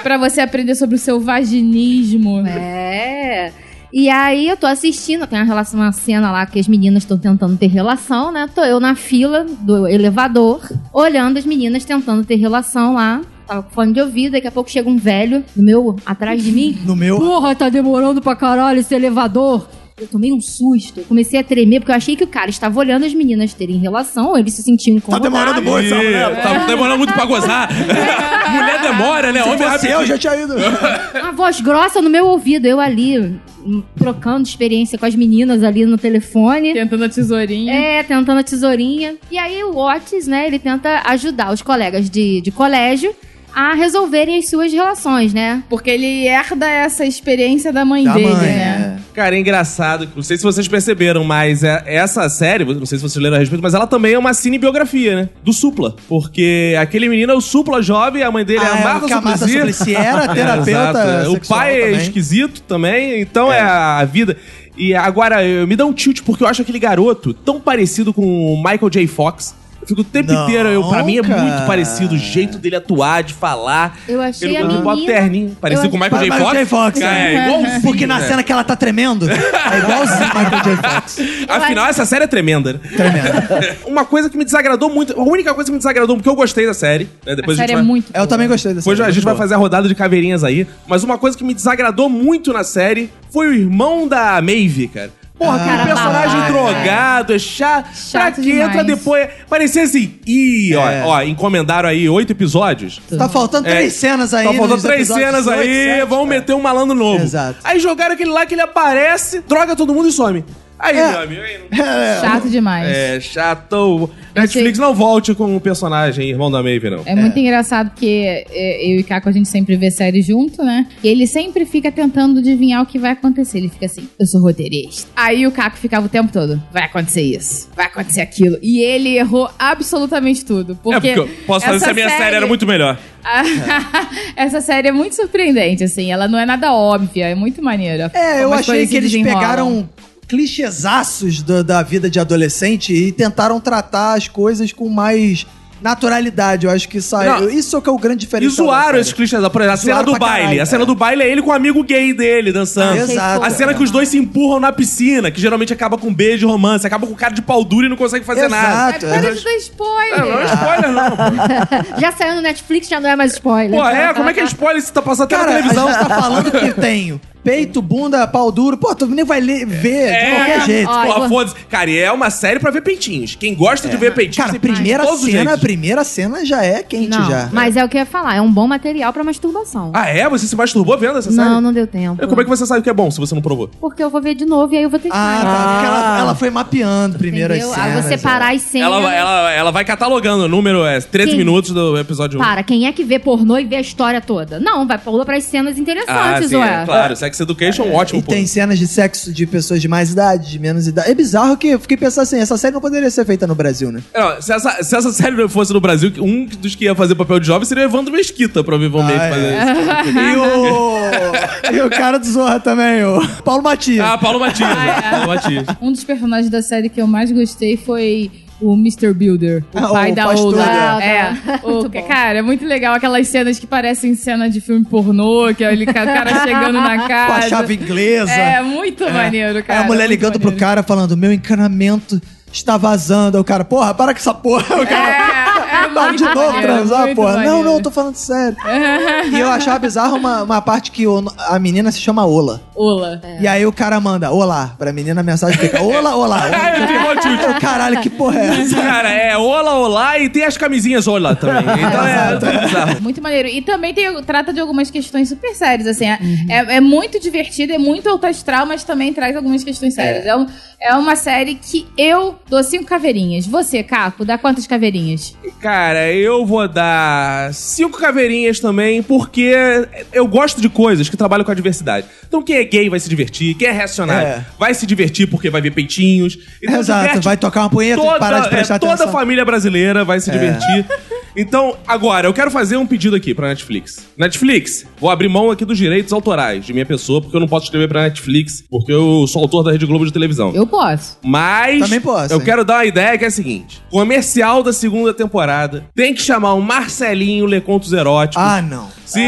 B: Pra você aprender sobre o seu vaginismo.
F: É. E aí eu tô assistindo, tem uma, relação, uma cena lá que as meninas estão tentando ter relação, né? Tô eu na fila do elevador, olhando as meninas tentando ter relação lá. Tava com fone de ouvido, daqui a pouco chega um velho no meu atrás de mim.
D: No meu.
F: Porra, tá demorando pra caralho esse elevador. Eu tomei um susto, eu comecei a tremer, porque eu achei que o cara estava olhando as meninas terem relação, ele se sentiu
D: Tá
F: incomodado.
D: demorando muito essa
C: Ih,
D: mulher.
C: Tá demorando muito pra gozar. Mulher demora, né? Homem é
D: Se eu
C: rápido.
D: já tinha ido. Tá,
F: Uma voz grossa no meu ouvido, eu ali, hum, trocando experiência com as meninas ali no telefone.
B: Tentando a tesourinha.
F: É, tentando a tesourinha. E aí o Otis, né, ele tenta ajudar os colegas de, de colégio a resolverem as suas relações, né?
B: Porque ele herda essa experiência da mãe
D: Da
B: dele,
D: mãe,
B: né?
D: é.
C: Cara, é engraçado. Não sei se vocês perceberam, mas é- essa série, não sei se vocês leram a respeito, mas ela também é uma cinebiografia, né? Do Supla. Porque aquele menino é o Supla jovem, a mãe dele é
D: Ah,
C: a
D: é,
C: Marta
D: que a Marta
C: Suplicy.
D: Suplicy era
C: Exato,
D: terapeuta
C: é. O
D: sexual
C: pai é
D: também.
C: esquisito também, então é, a vida. E agora, eu- me dá um tilt, porque eu acho aquele garoto tão parecido com o Michael J. Fox. Eu fico o tempo
D: Não,
C: inteiro, eu, pra mim é
D: cara.
C: muito parecido o jeito dele atuar, de falar.
F: Eu achei
C: Ele
F: a
C: quando bota
F: menina-
C: terninho. Parecido
F: eu
C: com o
D: Mas
C: Michael J. Fox.
D: Michael J. Fox.
C: É,
D: é.
C: igualzinho,
D: Porque na
C: né?
D: cena que ela tá tremendo, é igualzinho Michael J. Fox.
C: Afinal, essa série é tremenda. né?
D: Tremendo.
C: Uma coisa que me desagradou muito, a única coisa que me desagradou, porque eu gostei da série, né?
B: A
C: Depois a, gente
B: série
C: vai...
B: é muito
D: Eu
B: boa.
D: também gostei dessa.
C: Depois é, a gente vai fazer a rodada de caveirinhas aí. Mas uma coisa que me desagradou muito na série foi o irmão da Maeve, cara. Porra, aquele
F: cara,
C: personagem
F: babaca,
C: drogado, é chato. pra
B: Chato
C: que
B: demais.
C: entra depois? Parecia assim, ih, ó,
D: É.
C: ó, encomendaram aí oito episódios.
D: Tá faltando
C: É.
D: três cenas Tá aí.
C: Só faltou
D: nos
C: três
D: episódios
C: cenas
D: oito,
C: aí,
D: sete,
C: vão
D: cara.
C: meter um malandro novo.
D: Exato.
C: Aí jogaram aquele lá que ele aparece, droga todo mundo e some. Aí,
D: É.
C: meu amigo, aí não...
B: Chato demais. É,
C: É chato. Netflix não volte com o personagem Irmão da Maeve, não.
B: É muito engraçado porque é, eu e Caco a gente sempre vê série junto, né? E ele sempre fica tentando adivinhar o que vai acontecer. Ele fica assim: eu sou roteirista. Aí o Caco ficava o tempo todo: vai acontecer isso, vai acontecer aquilo. E ele errou absolutamente tudo. Porque
C: é, porque eu posso fazer
B: essa
C: se a minha série... era muito melhor.
B: Essa série é muito surpreendente, assim. Ela não é nada óbvia, é muito maneira.
D: É, eu
B: Como as
D: achei
B: coisas
D: que
B: se
D: eles
B: desenrolam.
D: pegaram clichêsaços do- da vida de adolescente e tentaram tratar as coisas com mais naturalidade. Eu acho que saiu.
C: Não.
D: Isso é o que é o grande
C: E
D: diferencial. da
C: zoaram
D: série.
C: esses clichês. Por exemplo, a cena
D: Zoaram
C: do
D: pra
C: baile.
D: caralho,
C: a cena
D: é.
C: do baile é ele com o amigo gay dele dançando.
D: Exato.
C: A cena que os dois se empurram na piscina, que geralmente acaba com um beijo e romance, acaba com o cara de pau duro e não consegue fazer nada.
D: Exato.
B: Para de dar spoiler!
C: É, não é spoiler, não. pô.
F: Já saiu no Netflix, já não é mais spoiler.
C: Pô, é, como é que é spoiler se tá passando até
D: Cara,
C: na
D: a gente
C: televisão?
D: tá falando que tenho peito, bunda, pau duro. Pô, tu nem vai
C: É.
D: ler- ver de qualquer jeito.
F: Ó,
C: Porra,
F: eu-
C: Tipo, ah, foda-se. Cara, e é uma série pra ver peitinhos. Quem gosta de ver peitinhos,
D: É. Cara, a
C: tem peitinho de
D: primeira
C: todos os
D: cena, a
C: jeitos.
D: primeira cena já é quente
F: Não,
D: já.
F: mas é o que eu ia falar, é um bom material pra masturbação.
C: Ah, é? Você se masturbou vendo essa série?
F: não, não deu tempo.
C: E Como é que você sabe que é bom se você não provou?
F: Porque eu vou ver de novo e aí eu vou testar.
D: Ah, tá. Porque ela, ela foi mapeando primeiro
F: entendeu?
D: as
F: Aí
D: cenas.
F: você parar as cenas.
C: Ela, ela, ela vai catalogando o número, é 13
F: Quem?
C: minutos do episódio 1.
F: Para, quem é que vê pornô e vê a história toda? Não, vai pula pras cenas
C: Ah,
F: interessantes,
C: sim,
F: ué.
C: é, claro. Sex Education,
D: É, E
C: ótimo, pô.
D: tem cenas de sexo de pessoas de mais idade, de menos idade. É bizarro que eu fiquei pensando assim, essa série não poderia ser feita no Brasil, né?
C: Não, se, essa, se essa série não fosse no Brasil, um dos que ia fazer papel de jovem seria o Evandro Mesquita, provavelmente.
D: Ah, é.
C: fazendo isso.
D: E o, e o cara do Zorra também, o Paulo Matias.
C: Ah, Paulo Matias. né?
B: é.
C: Paulo Matias.
B: Um dos personagens da série que eu mais gostei foi o Mr. Builder, o
D: Ah,
B: pai
D: o
B: da
D: pastor,
B: Ola.
F: né?
B: É. O-
F: Muito bom.
B: cara, é muito legal aquelas cenas que parecem cena de filme pornô, que é ele, o cara chegando na
D: com a
B: casa.
D: chave inglesa.
B: Ah, É muito maneiro,
D: Aí
B: cara.
D: a mulher
B: muito
D: ligando pro
B: maneiro.
D: cara falando, meu encanamento está vazando. Aí o cara, porra, para com essa porra. O cara,
B: É, é
D: Tá
B: muito
D: de novo
B: maneiro,
D: transar,
B: muito
D: porra. Não,
B: maneiro.
D: não, tô falando sério. e eu achava bizarro uma, uma parte que o- a menina se chama Ola.
B: Ola.
D: E aí o cara manda, olá, pra menina a mensagem fica, olá, olá.
C: Ah, eu fiquei mó tilt.
D: Caralho, que porra é essa?
C: Cara, é olá, olá e tem as camisinhas olá também. Então é, é bizarro.
B: Muito maneiro. E também tem- trata de algumas questões super sérias, assim. É, é- é muito divertido, é muito alto astral, mas também traz algumas questões sérias. É, um- é uma série que eu dou cinco caveirinhas. Você, Caco, dá quantas caveirinhas?
C: Cara, eu vou dar cinco caveirinhas também, porque eu gosto de coisas que trabalham com a diversidade. Então quem é gay vai se divertir, quem é reacionário
D: É.
C: vai se divertir porque vai ver peitinhos. Então,
D: Exato,
C: diverte
D: vai tocar uma punheta
C: toda,
D: e parar de prestar
C: é, toda a
D: atenção. É.
C: família brasileira vai se divertir. Então, agora, eu quero fazer um pedido aqui pra Netflix. Netflix, vou abrir mão aqui dos direitos autorais de minha pessoa, porque eu não posso escrever pra Netflix, porque eu sou autor da Rede Globo de televisão.
B: Eu posso.
C: Mas
D: Também posso,
C: eu
D: hein?
C: quero dar uma ideia que é a seguinte: comercial da segunda temporada tem que chamar o Marcelinho Lecontos Eróticos.
D: Ah, não.
C: Sim,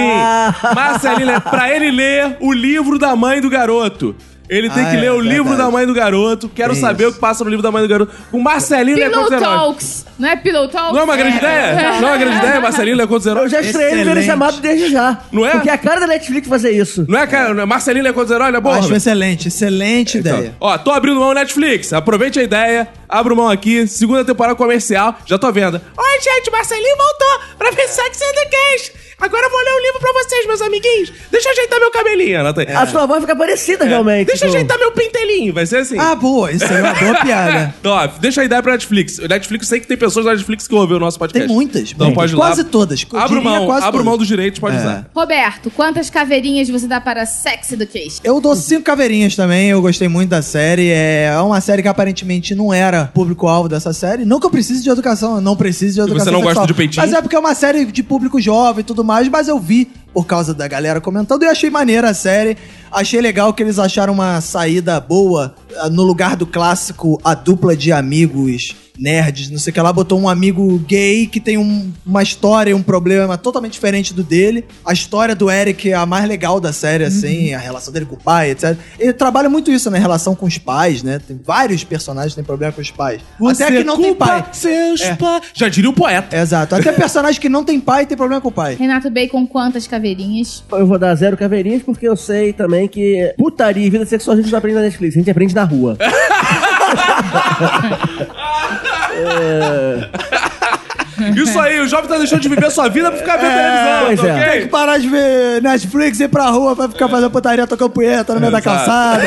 C: Marcelinho, Le- pra ele ler o livro da mãe do garoto. Ele tem
D: Ah,
C: que
D: é,
C: ler o
D: verdade.
C: livro da mãe do garoto. Quero
D: Tem
C: saber
D: isso.
C: o que passa no livro da mãe do garoto. O Marcelinho
B: Pillow
C: Lecontos Eróticos.
B: Talks. Não é Pillow Talks?
C: é Não é uma grande ideia? Não é uma grande ideia, Marcelinho Lecontos
E: Eu
C: Eróticos?
E: já estranhei ele ver
D: Excelente.
E: chamado desde já.
C: Não é?
E: Porque a cara da Netflix fazer isso.
C: Não é, cara? Não é Marcelinho Lecontos Eróticos? É bom.
D: Acho excelente, excelente ideia.
C: Então, Ó, tô abrindo mão Netflix. Aproveite a ideia, abro mão aqui. Segunda temporada comercial, já tô vendo. Oi, gente, Marcelinho voltou pra ver Sex Education. Agora eu vou ler um livro pra vocês, meus amiguinhos. Deixa eu ajeitar meu cabelinho, Ana.
D: É.
C: Tá aí.
E: A sua voz fica parecida, realmente.
C: É. Deixa eu
E: com-
C: ajeitar meu pintelinho, vai ser assim.
D: Ah, boa, isso aí é uma boa piada.
C: Então, ó, deixa a ideia pra Netflix. O Netflix, sei que tem pessoas da Netflix que ouvem o nosso podcast.
D: Tem muitas,
C: Então
D: muitas.
C: pode ir lá.
D: quase todas. eu
C: Abro
D: diria
C: mão,
D: quase
C: abro
D: todas.
C: mão dos direitos, pode
D: É.
C: usar.
B: Roberto, quantas caveirinhas você dá para Sex Education?
D: Eu dou cinco caveirinhas também, eu gostei muito da série. É uma série que aparentemente não era público-alvo dessa série. Não que eu precise de educação, eu não preciso de educação.
C: você não gosta
D: sexual.
C: de peitinho?
D: Mas é porque é uma série de público jovem e tudo mais, mas eu vi por causa da galera comentando e achei maneira a série. Achei legal que eles acharam uma saída boa ah, no lugar do clássico a dupla de amigos nerds, não sei o que lá, botou um amigo gay que tem um- uma história e um problema totalmente diferente do dele. A história do Eric é a mais legal da série, assim, a relação dele com o pai, etc. Ele trabalha muito isso, né? Relação com os pais, né? Tem vários personagens que têm problema com os pais. Até que não tem
C: culpa
D: pai. É.
C: Seus pa- Já diria o poeta.
D: Exato. Até personagem que não tem pai tem problema com o pai.
B: Renato Bacon, quantas caveirinhas?
E: Eu vou dar zero caveirinhas porque eu sei também que putaria e vida sexual a gente não aprende na Netflix, a gente aprende na rua.
C: É. Isso aí, o jovem tá deixando de viver sua vida pra ficar vendo televisão,
E: pois
C: tá
E: é.
C: ok?
D: Tem que parar de ver Netflix e ir pra rua pra ficar fazendo putaria, tocando punheta no meio da
C: Exato.
D: calçada.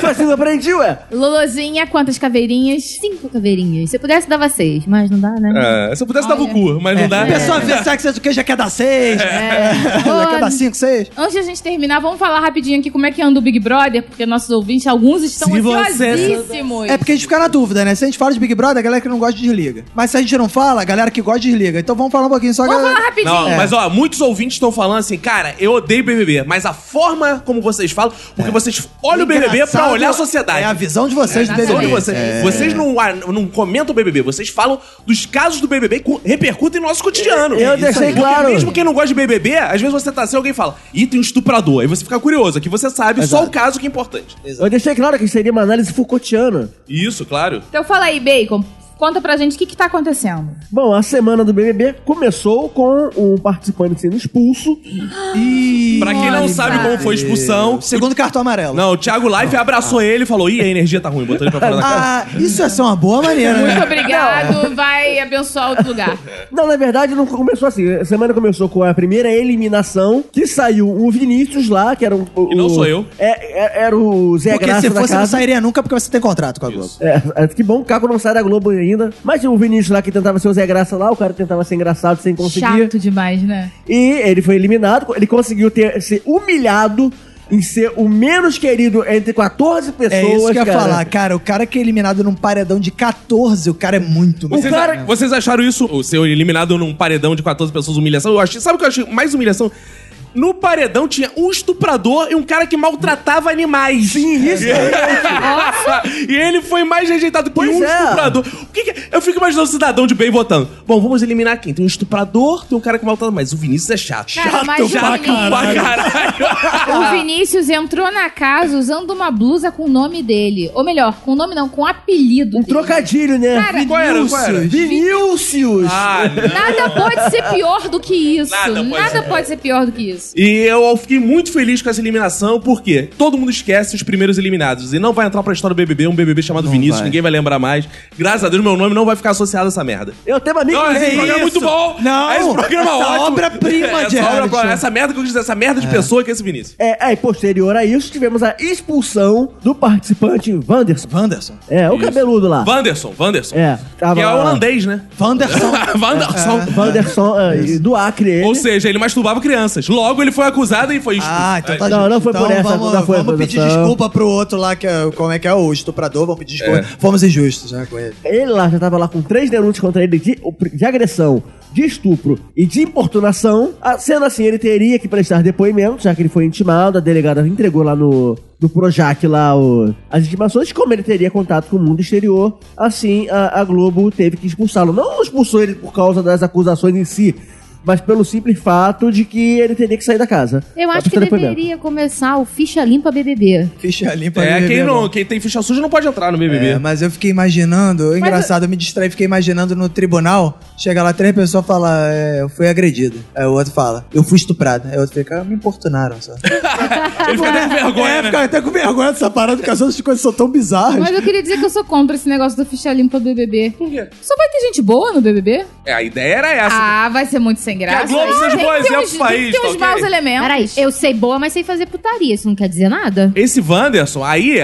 E: Foi assim que eu aprendi, ué.
B: Lolozinha, quantas caveirinhas?
F: Cinco caveirinhas. Se eu pudesse, dava seis, mas não dá, né?
H: É, se eu pudesse, dava o cu, mas
E: É.
C: É.
H: não dá.
D: A pessoa vê sexo education já quer dar seis, já quer dar cinco, seis.
B: Antes de a gente terminar, vamos falar rapidinho aqui como é que anda o Big Brother, porque nossos ouvintes, alguns estão
D: Se você-
B: ansiosíssimos.
D: É porque a gente fica na dúvida, né? Se a gente fala de Big Brother, a galera que não gosta desliga. Mas se a gente não fala, a galera que gosta desliga. Então vamos falar um pouquinho só,
B: Vamos
D: galera.
B: falar rapidinho.
C: Não, mas ó, muitos ouvintes estão falando assim, cara, eu odeio BBB, mas a forma como vocês falam,
E: É.
C: porque vocês olham o BBB é pra
D: Engraçado
C: olhar a sociedade.
D: É a visão de vocês do
C: visão de
D: BBB.
C: vocês.
E: É.
C: Vocês não, ah, não comentam o BBB, vocês falam dos casos do BBB que repercutem no nosso cotidiano.
E: Eu deixei
C: Porque
E: claro.
C: Mesmo quem não gosta de BBB, às vezes você tá assim, alguém fala, e tem um estuprador. Aí você fica curioso, aqui você sabe só o caso que é importante.
E: Eu deixei claro que seria uma análise Foucaultiana.
C: Isso, claro.
B: Então fala aí, Bacon. Conta pra gente o que, que tá acontecendo.
E: Bom, a semana do BBB começou com um participante sendo expulso.
D: E...
C: Pra quem não sabe como foi a expulsão...
D: Segundo cartão amarelo.
C: Não, o Thiago Life abraçou ele e falou, ih, a energia tá ruim, botou ele pra fora da casa.
D: Ah, isso é só uma boa maneira,
B: Muito
C: é.
D: né?
B: obrigado, vai abençoar outro lugar.
E: Não, na verdade, não começou assim. A semana começou com a primeira eliminação, que saiu o Vinícius lá, que era um.
C: E não
E: o-
C: sou eu.
E: É, é- era o Zé
D: Porque
E: Graça
D: se
E: da
D: fosse, não
E: casa.
D: sairia nunca porque você tem contrato com a Globo.
E: É, é, que bom que o Caco não sai da Globo ainda. Mas o Vinícius lá que tentava ser o Zé Graça lá, o cara tentava ser engraçado sem conseguir.
B: Chato demais, né?
E: E ele foi eliminado. Ele conseguiu ter, ser humilhado em ser o menos querido entre 14 pessoas.
D: É isso que eu ia
E: cara.
D: falar, cara. O cara que é eliminado num paredão de 14, o cara é muito
C: Vocês,
D: mal.
E: cara-
C: vocês acharam isso, o ser eliminado num paredão de 14 pessoas, humilhação? Eu achei, sabe o que eu achei mais humilhação? No paredão tinha um estuprador e um cara que maltratava animais. Sim, isso. e ele foi mais rejeitado por
E: Pois
C: um
E: é.
C: estuprador. O que que- eu fico imaginando o cidadão de bem votando. Bom, vamos eliminar quem? Tem um estuprador, tem um cara que maltrata, mas o Vinícius é chato.
B: Cara,
C: chato
B: mas o
C: pra
B: Vinícius-
C: caralho.
B: O Vinícius entrou na casa usando uma blusa com o nome dele. Ou melhor, com o nome não, com o apelido.
E: Um
B: dele.
E: trocadilho, né?
B: Cara,
C: Qual é? era? Qual era?
E: Vinícius!
C: Ah, não.
B: Nada pode ser pior do que isso.
C: Nada
B: Nada
C: pode
B: pode, ser.
C: ser.
B: pior do que isso.
C: E eu fiquei muito feliz com essa eliminação, porque todo mundo esquece os primeiros eliminados. E não vai entrar pra história do BBB um BBB chamado Vinícius, ninguém vai lembrar mais. Graças a Deus, meu nome não vai ficar associado a essa merda.
E: Eu tenho uma amiga
C: Não,
E: que
C: esse
E: fez
C: programa é muito bom!
D: Não,
C: esse programa é
D: essa
C: ótimo!
D: obra-prima
C: Essa
D: de reality
C: obra-
D: show.
C: Essa merda que eu quis dizer, essa merda de pessoa que é esse Vinícius.
E: É, aí, posterior a isso, tivemos a expulsão do participante Wanderson.
D: Wanderson.
E: É, o cabeludo lá.
C: Wanderson, Wanderson.
E: É, tava
C: Que é
E: lá.
C: holandês, né?
D: Wanderson.
C: Wanderson.
E: Wanderson é, do Acre. Ele.
C: Ou seja, ele masturbava crianças. Logo, ele foi acusado e foi...
D: Ah, então tá
E: Não,
D: justo.
E: não foi por
D: Então
E: essa,
D: vamos,
E: não foi
D: vamos
E: por
D: pedir
E: essa.
D: desculpa pro outro lá, que é, como é que é, o estuprador, vamos pedir
E: É.
D: desculpa. Fomos injustos, né, com ele.
E: Ele lá já tava lá com três denúncias contra ele de, de agressão, de estupro e de importunação. Ah, Sendo assim, ele teria que prestar depoimento, já que ele foi intimado, a delegada entregou lá no, no Projac lá o- as intimações, como ele teria contato com o mundo exterior, assim a, a Globo teve que expulsá-lo. Não expulsou ele por causa das acusações em si, mas pelo simples fato de que ele teria que sair da casa.
F: Eu
E: Pra
F: acho que
E: prestar depoimento.
F: deveria começar o Ficha Limpa BBB.
D: Ficha tá limpa.
C: É,
D: BBB,
C: quem, não,
D: bom.
C: quem tem ficha suja não pode entrar no BBB.
D: É, mas eu fiquei imaginando, engraçado, eu me distraí, fiquei imaginando no tribunal, chega lá três pessoas e fala, é, eu fui agredido. Aí o outro fala, eu fui estuprado. Aí o outro fica, "Ah, me importunaram só.
C: Ele fica até com
D: É.
C: vergonha, né?
D: até com vergonha dessa parada, porque as outras coisas são tão bizarras.
B: Mas eu queria dizer que eu sou contra esse negócio do ficha limpa do BBB. Por
C: quê?
B: Só vai ter gente boa no BBB?
C: É, a ideia era essa.
B: Ah, vai ser muito sem graça.
C: Que a Globo seja
B: Ah, Tem
C: um bom
B: que ter
C: exemplo
B: uns-
C: pro país,
B: Tem que ter uns
C: tá ok?
B: maus
D: É um
B: elementos.
F: Peraí, eu sei boa, mas sei fazer putaria. Isso não quer dizer nada?
C: Esse Wanderson, aí,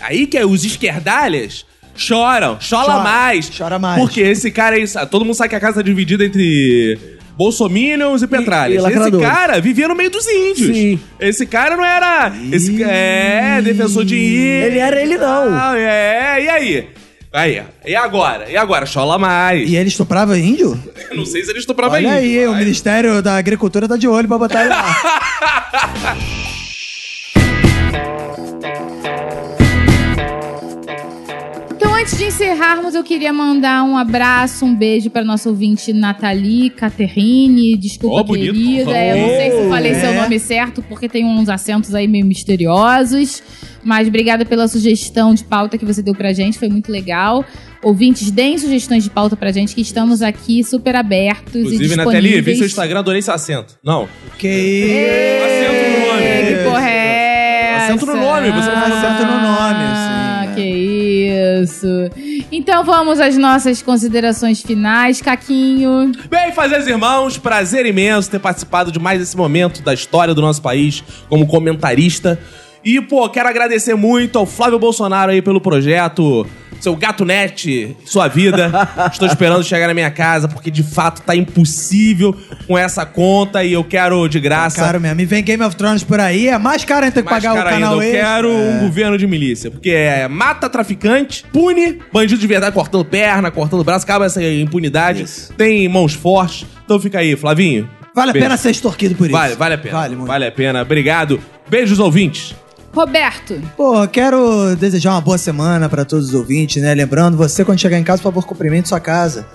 C: aí que é os esquerdalhas choram, chora,
D: Chora,
C: mais.
D: chora mais.
C: Porque esse cara aí, sa- todo mundo sabe que a casa tá dividida entre bolsominions e petralhas. esse
E: lacradores.
C: cara vivia no meio dos índios.
E: Sim.
C: Esse cara não era... Esse, ca- é, defensor de índio.
E: Ele era ele não.
C: Ah, é, e aí? Aí, e agora? E agora? Chola mais.
D: E ele estuprava índio?
C: Não sei se ele estuprava
D: Olha aí,
C: índio.
D: o
C: mas-
D: Ministério da Agricultura tá de olho pra botar ele lá.
B: Então, antes de encerrarmos, eu queria mandar um abraço, um beijo para nossa ouvinte Nathalie Caterine. Desculpa,
C: Ó, bonito,
B: querida.
C: falou
B: É, eu não sei se eu falei
D: bem.
B: seu
D: É.
B: nome certo, porque tem uns acentos aí meio misteriosos. Mas obrigada pela sugestão de pauta que você deu pra gente, foi muito legal. Ouvintes, deem sugestões de pauta pra gente, que estamos aqui super abertos e
C: Inclusive,
B: disponíveis.
C: Nathalie, vi seu Instagram, adorei seu acento. Não.
D: que isso?
C: Acento no nome.
B: Que porra é
C: Acento no nome, você não
D: faz acento no nome,
B: Ah,
D: assim, né?
B: Que isso. Então vamos às nossas considerações finais, Caquinho.
C: Bem, fazeres irmãos, prazer imenso ter participado de mais esse momento da história do nosso país como comentarista. E, pô, quero agradecer muito ao Flávio Bolsonaro aí pelo projeto. Seu gato net, sua vida. Estou esperando chegar na minha casa, porque de fato tá impossível com essa conta e eu quero de graça.
D: Caro mesmo. E vem Game of Thrones por aí, é mais caro ainda ter que
C: Mas,
D: pagar
C: cara,
D: o
C: ainda,
D: canal
C: eu
D: extra. É.
C: quero um governo de milícia, porque é, mata traficante, pune bandido de verdade cortando perna, cortando braço, acaba essa impunidade. Tem mãos fortes. Então fica aí, Flavinho.
D: Vale a
C: Beijo.
D: pena ser extorquido por isso.
C: Vale, vale a pena.
D: Vale muito.
C: a pena. Obrigado. Beijos ouvintes.
B: Roberto,
D: Pô, quero desejar uma boa semana pra todos os ouvintes, né? Lembrando, você quando chegar em casa, por favor, cumprimente sua casa.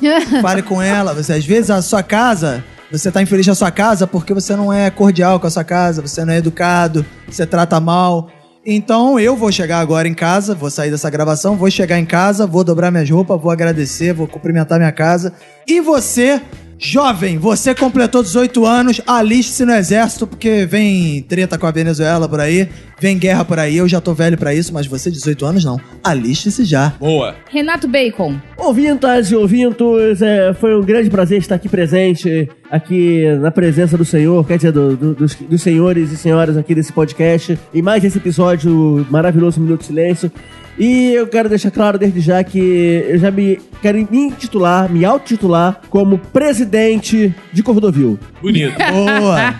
D: Fale com ela. Você, às vezes a sua casa, você tá infeliz na sua casa porque você não é cordial com a sua casa, você não é educado, você trata mal. Então eu vou chegar agora em casa, vou sair dessa gravação, vou chegar em casa, vou dobrar minhas roupas, vou agradecer, vou cumprimentar minha casa. E você, jovem, você completou 18 anos, aliste-se no exército, porque vem treta com a Venezuela por aí, vem guerra por aí, eu já tô velho pra isso, mas você, 18 anos, não. Aliste-se já.
C: Boa.
B: Renato Bacon.
E: Ouvintas e ouvintos, é, foi um grande prazer estar aqui presente, aqui na presença do Senhor, quer dizer, do- do- dos, dos senhores e senhoras aqui desse podcast, e mais esse episódio maravilhoso Minuto de Silêncio. E eu quero deixar claro desde já que eu já me quero me intitular, me autotitular como presidente de Cordovil.
C: Bonito.
D: Ah, Boa!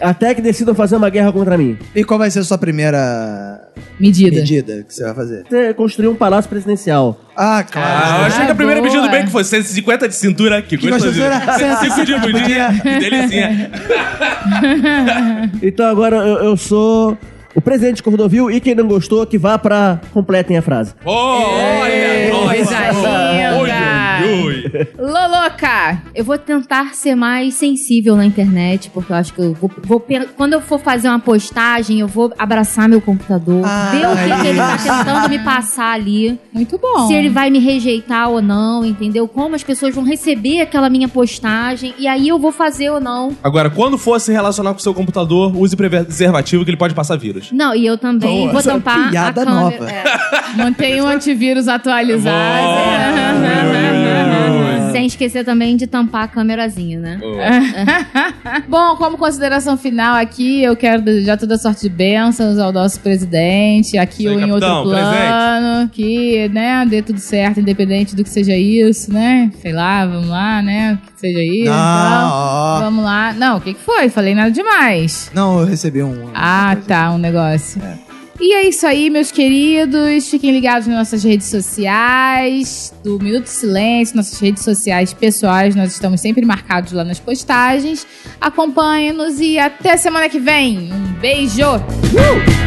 E: Até que decidam fazer uma guerra contra mim.
D: E qual vai ser a sua primeira
B: Medida.
D: medida que você vai fazer?
E: Até construir um palácio presidencial.
D: Ah,
C: Ah,
D: claro.
C: eu achei que a primeira
B: boa.
C: medida do bem que fosse 150 de cintura. Que,
D: Que
C: gostosinho.
D: gostosura.
C: 105 de budinha. Que delicinha.
E: Então agora eu, eu sou o presidente de Cordovil e quem não gostou que vá pra completem a frase.
C: Oh, olha.
B: coisa linda.
C: Oi, oi, oi.
B: Loloca.
F: Eu vou tentar ser mais sensível na internet, porque eu acho que eu vou, vou pen- quando eu for fazer uma postagem, eu vou abraçar meu computador,
D: Ah,
F: ver o que, que ele tá
D: isso.
F: tentando me passar ali,
B: Muito bom.
F: se ele vai me rejeitar ou não, entendeu? Como as pessoas vão receber aquela minha postagem e aí eu vou fazer ou não.
C: Agora, quando for se relacionar com o seu computador, use preservativo que ele pode passar vírus.
F: Não, e eu também
D: Boa.
F: vou
D: Essa é
F: tampar a
D: piada
F: câmera. É.
D: nova.
B: Mantenha o antivírus atualizado.
F: É. Sem esquecer também de tampar a câmerazinha, né?
B: Bom, como consideração final aqui, eu quero desejar toda sorte de bênçãos ao nosso presidente, aqui
C: Isso aí,
B: ou em
C: capitão,
B: outro plano, que, né, dê tudo certo, independente do que seja isso, né? Sei lá, vamos lá, né? Que seja isso.
D: Não,
C: Ah,
B: então,
D: ó.
B: vamos lá. Não, o que, que foi? Falei nada demais.
D: Não, eu recebi um.
B: Ah, tá, um negócio. E é isso aí, meus queridos. Fiquem ligados nas nossas redes sociais, do Minuto de Silêncio, nossas redes sociais pessoais. Nós estamos sempre marcados lá nas postagens. Acompanhe-nos e até semana que vem. Um beijo! Uh!